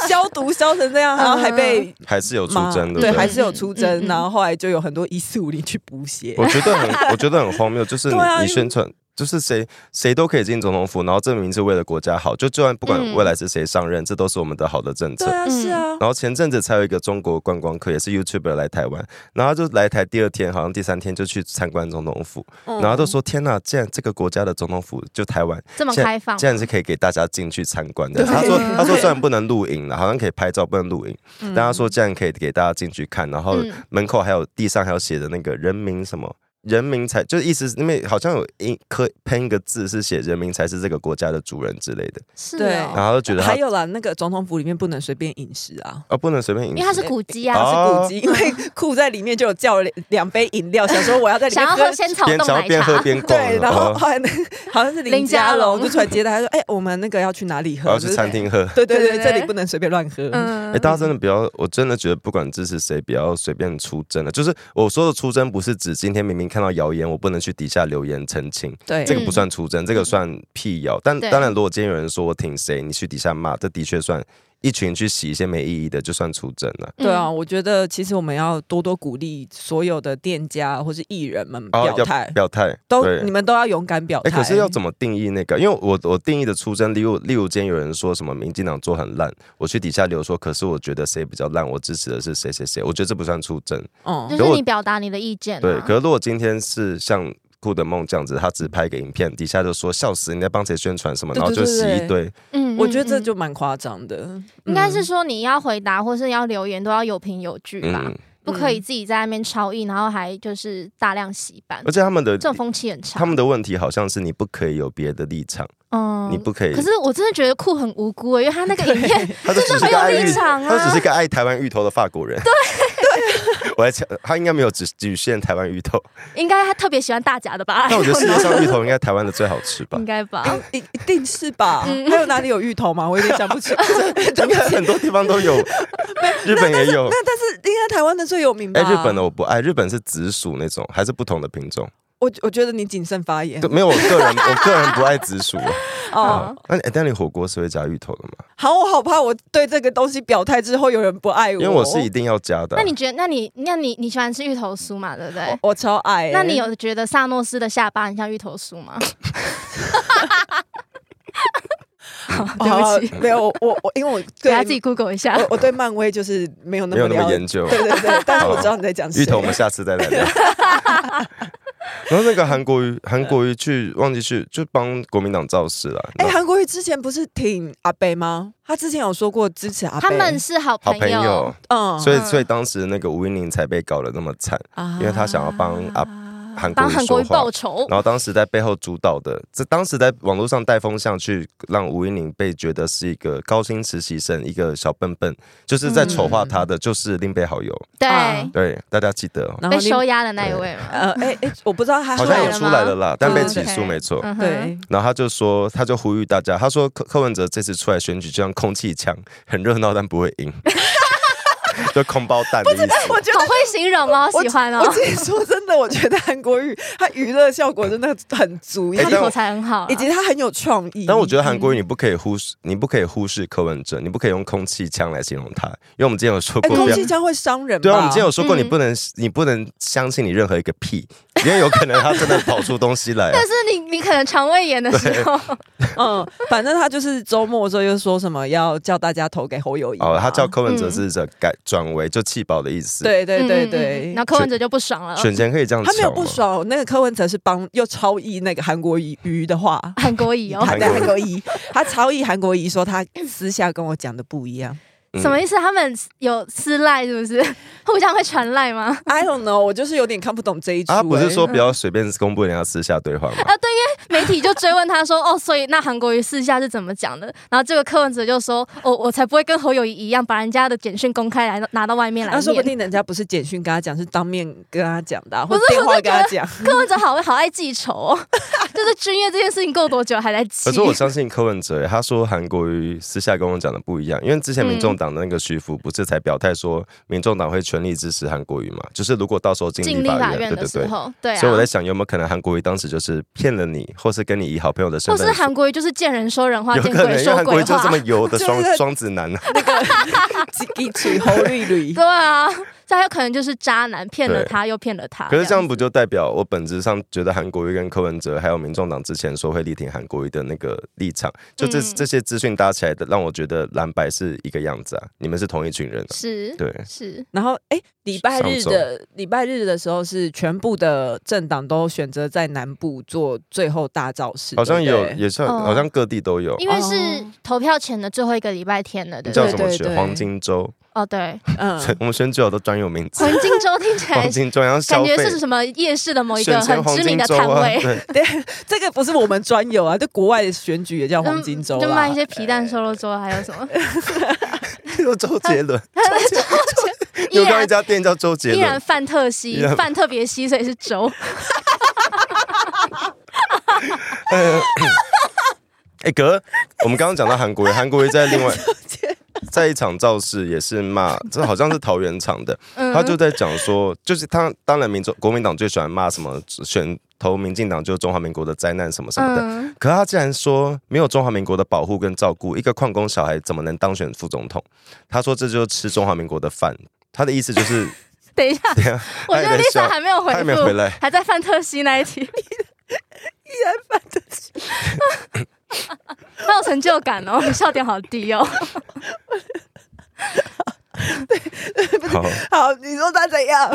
Speaker 1: 消毒消成这样，然后还被
Speaker 2: 还是有出
Speaker 1: 骂
Speaker 2: 征，
Speaker 1: 哎对，
Speaker 2: 不
Speaker 1: 还
Speaker 2: 对？
Speaker 1: 是有出征
Speaker 3: 嗯，嗯嗯
Speaker 1: 然后后来就有很多一四五零去补血，
Speaker 2: 我觉得很，我觉得很荒谬，就是你
Speaker 1: 对啊
Speaker 2: 你宣传。就是谁谁都可以进总统府，然后证明是为了国家好，就就算不管
Speaker 3: 嗯
Speaker 2: 未来是谁上任，这都是我们的好的政策
Speaker 1: 对。啊，
Speaker 3: 嗯
Speaker 1: 是啊，
Speaker 2: 然后前阵子才有一个中国观光客，也是 YouTuber 来台湾，然后他就来台第二天，好像第三天就去参观总统府，
Speaker 1: 嗯
Speaker 2: 然后就说：“天呐，竟然这个国家的总统府就台湾，
Speaker 3: 这么
Speaker 2: 现在
Speaker 3: 开放啊
Speaker 2: 竟，然是可以给大家进去参观的。”
Speaker 1: 对
Speaker 2: 他说：“他说
Speaker 1: 对
Speaker 2: 虽然不能录影了，好像可以拍照，不能录影，但他说竟然可以给大家进去看，然后
Speaker 3: 嗯
Speaker 2: 门口还有地上还有写的那个人民什么。”人民才就是意思是，因为好像有一刻喷一个字是写“人民才是这个国家的主人”之类的，
Speaker 3: 是
Speaker 1: 对
Speaker 3: 哦
Speaker 2: 然后他就觉得他
Speaker 1: 还有啦，那个总统府里面不能随便饮食啊。
Speaker 2: 啊不能随便饮
Speaker 3: 因
Speaker 2: 食，
Speaker 3: 为它是古迹啊，
Speaker 1: 它是古
Speaker 2: 哦
Speaker 1: 籍，因为酷在里面就有叫了两两杯饮
Speaker 3: [LAUGHS]
Speaker 1: 料，想说我要在里
Speaker 3: 想
Speaker 1: 面喝
Speaker 3: 要喝仙草
Speaker 2: [LAUGHS]
Speaker 3: 冻
Speaker 2: 边想
Speaker 3: 奶
Speaker 2: 要边喝
Speaker 3: 茶，
Speaker 2: 边逛，
Speaker 1: 对，然后 [LAUGHS]
Speaker 2: 哦
Speaker 1: 后来那好像是林
Speaker 3: 林
Speaker 1: 家
Speaker 3: 家
Speaker 1: 龙
Speaker 3: 龙
Speaker 1: 就出来接待，他说：“哎、我们那个要去哪里喝？”
Speaker 2: 然后
Speaker 1: 就
Speaker 2: 哦去
Speaker 1: 是
Speaker 2: 餐厅喝。
Speaker 1: [LAUGHS] 对对对，
Speaker 3: 对对
Speaker 1: 这
Speaker 3: 对
Speaker 1: 里不能随便乱喝。
Speaker 3: 嗯
Speaker 2: [LAUGHS] 哎、大家真的不要，我真的觉得不管支持谁，不要随便出征了。就是我说的出征，不是指今天明明看到谣言，我不能去底下留言澄清，
Speaker 1: 对，
Speaker 3: 嗯
Speaker 2: 这个不算出征，这个算辟谣。但
Speaker 3: 对
Speaker 2: 当然，如果今天有人说我挺谁，你去底下骂，这的确算一群去洗一些没意义的，就算出征了。
Speaker 3: 嗯
Speaker 1: 对啊，我觉得其实我们要多多鼓励所有的店家或是艺人们
Speaker 2: 哦
Speaker 1: 表
Speaker 2: 要
Speaker 1: 态，
Speaker 2: 表态，
Speaker 1: 都
Speaker 2: 对
Speaker 1: 你们都要勇敢表态。
Speaker 2: 哎，可是要怎么定义那个？因为我我定义的出征，例如例如今天有人说什么民进党做很烂，我去底下留说，可是我觉得谁比较烂，我支持的是谁谁谁，我觉得这不算出征。
Speaker 1: 嗯
Speaker 3: 就
Speaker 2: 可
Speaker 3: 是
Speaker 2: 我
Speaker 3: 你表达你的意见、啊，
Speaker 2: 对，可是如果今天是像酷的梦这样子，他只拍一个影片，底下就说笑死你在帮谁宣传什么，
Speaker 1: 对
Speaker 2: 然后就
Speaker 1: 对对
Speaker 2: 洗
Speaker 1: 对
Speaker 2: 一堆。
Speaker 3: 嗯
Speaker 1: 我觉得这
Speaker 3: 嗯嗯
Speaker 1: 就蛮夸张的，
Speaker 3: 应该是
Speaker 1: 嗯
Speaker 3: 说你要回答或是要留言都要有凭有据吧，
Speaker 2: 嗯，
Speaker 3: 不可以自己在那边超译，然后还就是大量洗版，
Speaker 2: 而且他们的
Speaker 3: 这种风气很差。
Speaker 2: 他们的问题好像是你不可以有别的立场，
Speaker 3: 嗯
Speaker 2: 你不可以
Speaker 3: 可。是我真的觉得酷很无辜、欸，因为他那个影片
Speaker 2: 他就只是
Speaker 3: 很
Speaker 2: 个爱
Speaker 3: 有立
Speaker 2: 芋，
Speaker 3: 场
Speaker 2: 他只
Speaker 3: 啊
Speaker 2: 是。个爱台湾芋头的法国人。对对， [LAUGHS] 我还想他应该没有只局限台湾芋头，
Speaker 3: 应该他特别喜欢大甲的吧？
Speaker 2: [LAUGHS] 但我觉得世界上芋头应该台湾的最好吃吧
Speaker 3: [LAUGHS] 应。该吧。
Speaker 1: 嗯一一定是吧？
Speaker 3: 哦嗯
Speaker 1: 还有哪里有芋头吗？我有点想
Speaker 3: [LAUGHS]
Speaker 1: 不起。
Speaker 2: [LAUGHS] 应该很多地方都有，日本也有。
Speaker 1: 那但是嗯应该台湾的最有名吧？
Speaker 2: 哎，日本的我不爱，日本是紫薯那种，还是不同的品种？
Speaker 1: 我我觉得你谨慎发言
Speaker 2: 对，没有，我个人我个人不爱紫薯啊。
Speaker 1: 哎哦，
Speaker 3: 嗯
Speaker 2: [LAUGHS] 那你、哎但你火锅是会加芋头的吗？
Speaker 1: 好，我好怕我对这个东西表态之后有人不爱我，
Speaker 2: 因为我是一定要加的啊、
Speaker 3: 那你觉得？那你那你你喜欢吃芋头酥嘛？对不
Speaker 2: 哦
Speaker 3: 对？
Speaker 1: 我超爱欸、
Speaker 3: 那你有觉得萨诺斯的下巴很像芋头
Speaker 1: [LAUGHS]
Speaker 3: 酥吗？好，
Speaker 1: 好
Speaker 3: 对不起，
Speaker 1: 哦没有我我我，因为我
Speaker 3: 给
Speaker 1: 对哦
Speaker 3: 他自己 Google 一下
Speaker 1: 我。我对漫威就是没有那
Speaker 2: 没有
Speaker 1: 么
Speaker 2: 那么哦
Speaker 1: 了解
Speaker 2: 研究？
Speaker 1: 对对对，但是我知道你在讲谁。
Speaker 2: 芋头，我们下次再来聊。 [LAUGHS] 然后那个韩国瑜，韩国瑜去忘记去，就帮国民党造势了。
Speaker 1: 哎，
Speaker 2: 然后
Speaker 1: 韩国瑜之前不是挺阿北吗？他之前有说过支持阿北，
Speaker 3: 他们是好
Speaker 2: 好
Speaker 3: 朋
Speaker 2: 朋友，
Speaker 1: 嗯，
Speaker 2: 所以
Speaker 3: 嗯
Speaker 2: 所以当时那个吴云玲才被搞得那么惨，
Speaker 1: 啊
Speaker 2: 因为他想要帮阿韩国
Speaker 3: 帮韩
Speaker 2: 瑜
Speaker 3: 国
Speaker 2: 说
Speaker 3: 瑜报
Speaker 2: 话。
Speaker 3: 仇。
Speaker 2: 然后当时在背后主导的，这当时在网络上带风向去让吴云玲被觉得是一个高薪实习生，一个小笨笨，就是在丑化他的，就是另被好友。
Speaker 3: 对，
Speaker 1: 啊
Speaker 2: 对，大家记得哦。
Speaker 1: 然后
Speaker 3: 被
Speaker 1: 另
Speaker 3: 收押的那一位嘛。
Speaker 1: 呃，哎哎，我不知道他
Speaker 2: 好
Speaker 1: 后
Speaker 2: 像
Speaker 1: 来
Speaker 2: 也
Speaker 1: 有
Speaker 2: 出来了啦，但被起诉
Speaker 3: OK
Speaker 2: 没错。
Speaker 3: 嗯哼，
Speaker 1: 对，
Speaker 2: 然后他就说，他就呼吁大家，他说柯柯文哲这次出来选举就像空气枪，很热闹但不会赢， [LAUGHS] 就空包弹的意
Speaker 1: 我
Speaker 2: 思。
Speaker 1: 觉
Speaker 3: 好
Speaker 1: 得。
Speaker 3: 会形容哦，喜欢
Speaker 1: 我
Speaker 3: 哦，
Speaker 1: 自己说真的，我觉得韩国瑜他娱乐效果真的很足，
Speaker 2: 哎
Speaker 1: 他
Speaker 3: 他的
Speaker 2: 但
Speaker 3: 口
Speaker 2: 我
Speaker 3: 才很好啊。
Speaker 1: 以及他很有创意。
Speaker 2: 但我觉得韩国瑜你不可以忽视，你不可以忽视柯文哲，你不可以用空气枪来形容他，因为我们之前有说
Speaker 1: 哎，
Speaker 2: 过，
Speaker 1: 空
Speaker 2: 不要
Speaker 1: 气枪会伤人吧。
Speaker 2: 对啊，我们之前有说过，
Speaker 3: 嗯
Speaker 2: 你不能你不能相信你任何一个屁，因为有可能他真的跑出东西来啊
Speaker 3: 但。是你你可能肠胃炎的时候，
Speaker 1: 嗯，反正他就是周末的时候又说什么要叫大家投给侯友谊嘛。
Speaker 2: 哦，他叫柯文哲
Speaker 3: 嗯
Speaker 2: 是这改转为就气饱的意思。，
Speaker 1: 对对
Speaker 3: [LAUGHS]
Speaker 1: 对
Speaker 3: 嗯嗯嗯嗯
Speaker 1: 对
Speaker 3: 然后。柯文哲就不爽了，
Speaker 2: 选前可以这样
Speaker 1: 他没有
Speaker 2: 抢
Speaker 1: 不
Speaker 2: 吗？
Speaker 1: 爽，那个柯文哲是帮又超译那个韩国瑜瑜的
Speaker 3: [LAUGHS]
Speaker 1: 话，
Speaker 3: 韩国语哦，
Speaker 1: 他
Speaker 2: 韩
Speaker 1: 对
Speaker 2: 国瑜
Speaker 1: 韩国瑜，他超译韩国瑜说他私下跟我讲的不一样。
Speaker 2: 嗯
Speaker 3: 什么意思？他们有私赖是不是？ [LAUGHS] 互相会传赖吗？
Speaker 1: I don't know，我就是有点看不懂这一出、
Speaker 2: 啊，不是
Speaker 1: 欸
Speaker 2: 说不要随便公布人家私下对话吗？
Speaker 3: 嗯啊，对，因为媒体就追问他说，哦，所以那韩国瑜私下是怎么讲的？然后这个柯文哲就说，哦，我才不会跟侯友谊一样，把人家的简讯公开来拿到外面来
Speaker 1: 那说不
Speaker 3: 念。
Speaker 1: 定人家不是简讯跟他讲，是当面跟他讲的啊、或
Speaker 3: 不
Speaker 1: 者
Speaker 3: 是
Speaker 1: 电话
Speaker 3: 我就
Speaker 1: 跟他讲。
Speaker 3: 柯文哲好好爱记仇、哦， [LAUGHS] 就是君越这件事情过多久还在记
Speaker 2: 可？是我相信柯文哲耶，欸他说韩国瑜私下跟我讲的不一样，因为之前民
Speaker 3: 嗯
Speaker 2: 众党的那个徐福不是才表态说，民众党会全力支持韩国瑜嘛？就是如果到时候进
Speaker 3: 进
Speaker 2: 立
Speaker 3: 立
Speaker 2: 法
Speaker 3: 法
Speaker 2: 院，
Speaker 3: 院
Speaker 2: 对
Speaker 3: 的
Speaker 2: 对
Speaker 3: 时
Speaker 2: 对。
Speaker 3: 候，对啊，
Speaker 2: 所以我在想，有没有可能韩国瑜当时就是骗了你，或是跟你以好朋友的身
Speaker 3: 或
Speaker 2: 份
Speaker 3: 是
Speaker 2: 说？
Speaker 3: 韩国瑜就是见人说人话，
Speaker 2: 有
Speaker 3: 见
Speaker 2: 可
Speaker 3: 鬼
Speaker 2: 能，因为
Speaker 3: 啊说
Speaker 2: 韩国
Speaker 3: 鬼
Speaker 2: 瑜就是这
Speaker 3: 话 [LAUGHS]
Speaker 2: 么，油的
Speaker 1: 就是
Speaker 2: 双
Speaker 1: 在
Speaker 2: 双子男啊，
Speaker 1: 那个一起侯绿绿，
Speaker 3: 对啊，所以他可能就是渣男，骗了他又啊骗了他。
Speaker 2: 可是这样
Speaker 3: 子
Speaker 2: 不就代表我本质上觉得韩国瑜跟柯文哲还有民众党之前说会力挺韩国瑜的那个立场，就这、
Speaker 3: 嗯
Speaker 2: 这些资讯搭起来的，让我觉得蓝白是一个样子啊，你们是同一群人、啊，
Speaker 3: 是
Speaker 2: 对，
Speaker 3: 是，
Speaker 1: 然后，哎，礼拜日
Speaker 2: 上
Speaker 1: 的礼拜日的时候是全部的政党都选择在南部做最后大造势，
Speaker 2: [LAUGHS] 好像
Speaker 1: 对不
Speaker 2: 有
Speaker 1: 对
Speaker 2: 也像
Speaker 3: 哦
Speaker 2: 好像各地都有，
Speaker 3: 因为是
Speaker 1: 哦
Speaker 3: 投票前的最后一个礼拜天了，对不
Speaker 2: 叫
Speaker 3: 对？
Speaker 2: 什么
Speaker 1: 对
Speaker 2: 学
Speaker 1: 对
Speaker 2: 黄金周，
Speaker 3: 哦，对，
Speaker 1: 嗯
Speaker 2: [LAUGHS] 我们选举有都专有名词，
Speaker 3: 黄金周听起来
Speaker 2: 黄金周然后消
Speaker 3: 感
Speaker 2: 费
Speaker 3: 觉是什么夜市的某一个
Speaker 2: 选前
Speaker 3: 很
Speaker 2: 黄
Speaker 3: 知名
Speaker 2: 金
Speaker 3: 的
Speaker 2: 周
Speaker 3: 摊
Speaker 2: 啊，
Speaker 1: [LAUGHS]
Speaker 3: 位，嗯
Speaker 2: 对，
Speaker 3: [LAUGHS]
Speaker 2: [LAUGHS]
Speaker 1: 这个不是我们专有啊，就 [LAUGHS] 国外的选举也叫黄金周啊
Speaker 3: 嗯
Speaker 1: 哎
Speaker 3: 就
Speaker 1: 啦
Speaker 3: 卖一。些皮蛋瘦肉粥，啊还有
Speaker 1: [LAUGHS]
Speaker 3: 什么？
Speaker 2: 有周杰伦，
Speaker 3: [LAUGHS] 依 [LAUGHS]
Speaker 2: 有刚一
Speaker 3: 然
Speaker 2: 家店叫周杰
Speaker 3: 依然
Speaker 2: 伦，
Speaker 3: 饭特
Speaker 2: 依
Speaker 3: 稀
Speaker 2: 然，
Speaker 3: 饭特别稀，所以是粥。
Speaker 2: 哎哥，我们刚刚讲到韩国瑜，韩国瑜在
Speaker 3: [LAUGHS]
Speaker 2: 另外。在一场造势也是骂，这好像是桃园场的，
Speaker 3: 嗯
Speaker 2: 他就在讲说，就是他当然民众国民党最喜欢骂什么选投民进党就是中华民国的灾难什么什么的，
Speaker 3: 嗯，
Speaker 2: 可他竟然说没有中华民国的保护跟照顾，一个矿工小孩怎么能当选副总统？他说这就是吃中华民国的饭。他的意思
Speaker 3: [LAUGHS]
Speaker 2: 就是，
Speaker 3: 等一下，
Speaker 2: 等一下
Speaker 3: 我觉得
Speaker 2: 在
Speaker 3: Lisa
Speaker 2: 笑
Speaker 3: 还没有回
Speaker 2: 他还没有回
Speaker 3: 复，
Speaker 2: 来，
Speaker 3: 还在饭特稀那一题。依然饭特稀， [LAUGHS] 好有成就感哦，笑点好低哦。
Speaker 2: 好，
Speaker 1: 好，你说他怎
Speaker 2: [LAUGHS]
Speaker 1: 样？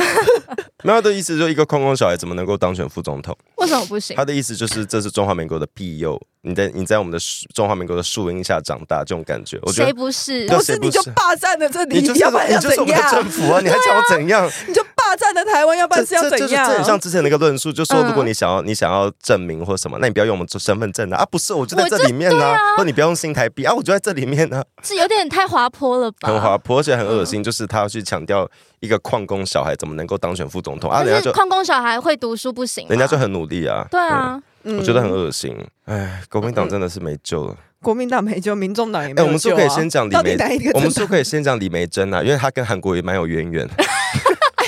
Speaker 2: 那他的意思就是一个矿工小孩怎么能够当选副总统？
Speaker 3: 为什么不行
Speaker 2: 他？的意思就是这是中华民国的庇佑，你在你在我们的树中华民国的树荫下长大，这种感觉，我觉
Speaker 3: 谁
Speaker 2: 得。
Speaker 3: 不是？
Speaker 2: 对
Speaker 1: 不
Speaker 2: 谁
Speaker 1: 是
Speaker 2: 不
Speaker 1: 你
Speaker 2: 是
Speaker 1: 就霸占了这
Speaker 2: 你
Speaker 1: 里
Speaker 2: 就，是
Speaker 1: 要不然
Speaker 2: 你
Speaker 1: 要
Speaker 2: 就是我
Speaker 1: 怎
Speaker 2: 们的政
Speaker 1: 样？
Speaker 2: 府啊！你还想要怎样？
Speaker 1: [LAUGHS] 你就霸占了台湾，要不然是要
Speaker 2: 这
Speaker 1: 怎
Speaker 2: 就是这很像
Speaker 1: 样？
Speaker 2: 之前那个论述，就说
Speaker 3: 嗯
Speaker 2: 如果你想要你想要证明或什么，那你不要用我们身份证啊！啊，不是，我就在
Speaker 3: 我
Speaker 2: 这
Speaker 3: 就
Speaker 2: 里面呢、或你不要用新台币啊，我就在这里面呢、
Speaker 3: 这有点太滑坡了吧？
Speaker 2: 很滑啊坡，而且很恶心，就是他要去强调一个矿工小孩怎么能够当选副总统啊，人
Speaker 3: 但
Speaker 2: 家
Speaker 3: 是
Speaker 2: 就
Speaker 3: 矿工小孩会读书不行吗，
Speaker 2: 人家就很努力啊，
Speaker 3: 对啊，
Speaker 2: 嗯，
Speaker 1: 嗯
Speaker 2: 我觉得很恶心，哎，国民党真的是没救了。
Speaker 1: 国民党没救，民众党也没
Speaker 2: 哎，
Speaker 1: 有救、啊
Speaker 2: 我们是不是可以先讲李
Speaker 1: 到底
Speaker 2: 梅
Speaker 1: 哪一个？
Speaker 2: 我们
Speaker 1: 政
Speaker 2: 是不是可以先讲李梅珍啊，因为她跟韩国也蛮有渊源，
Speaker 1: 哎、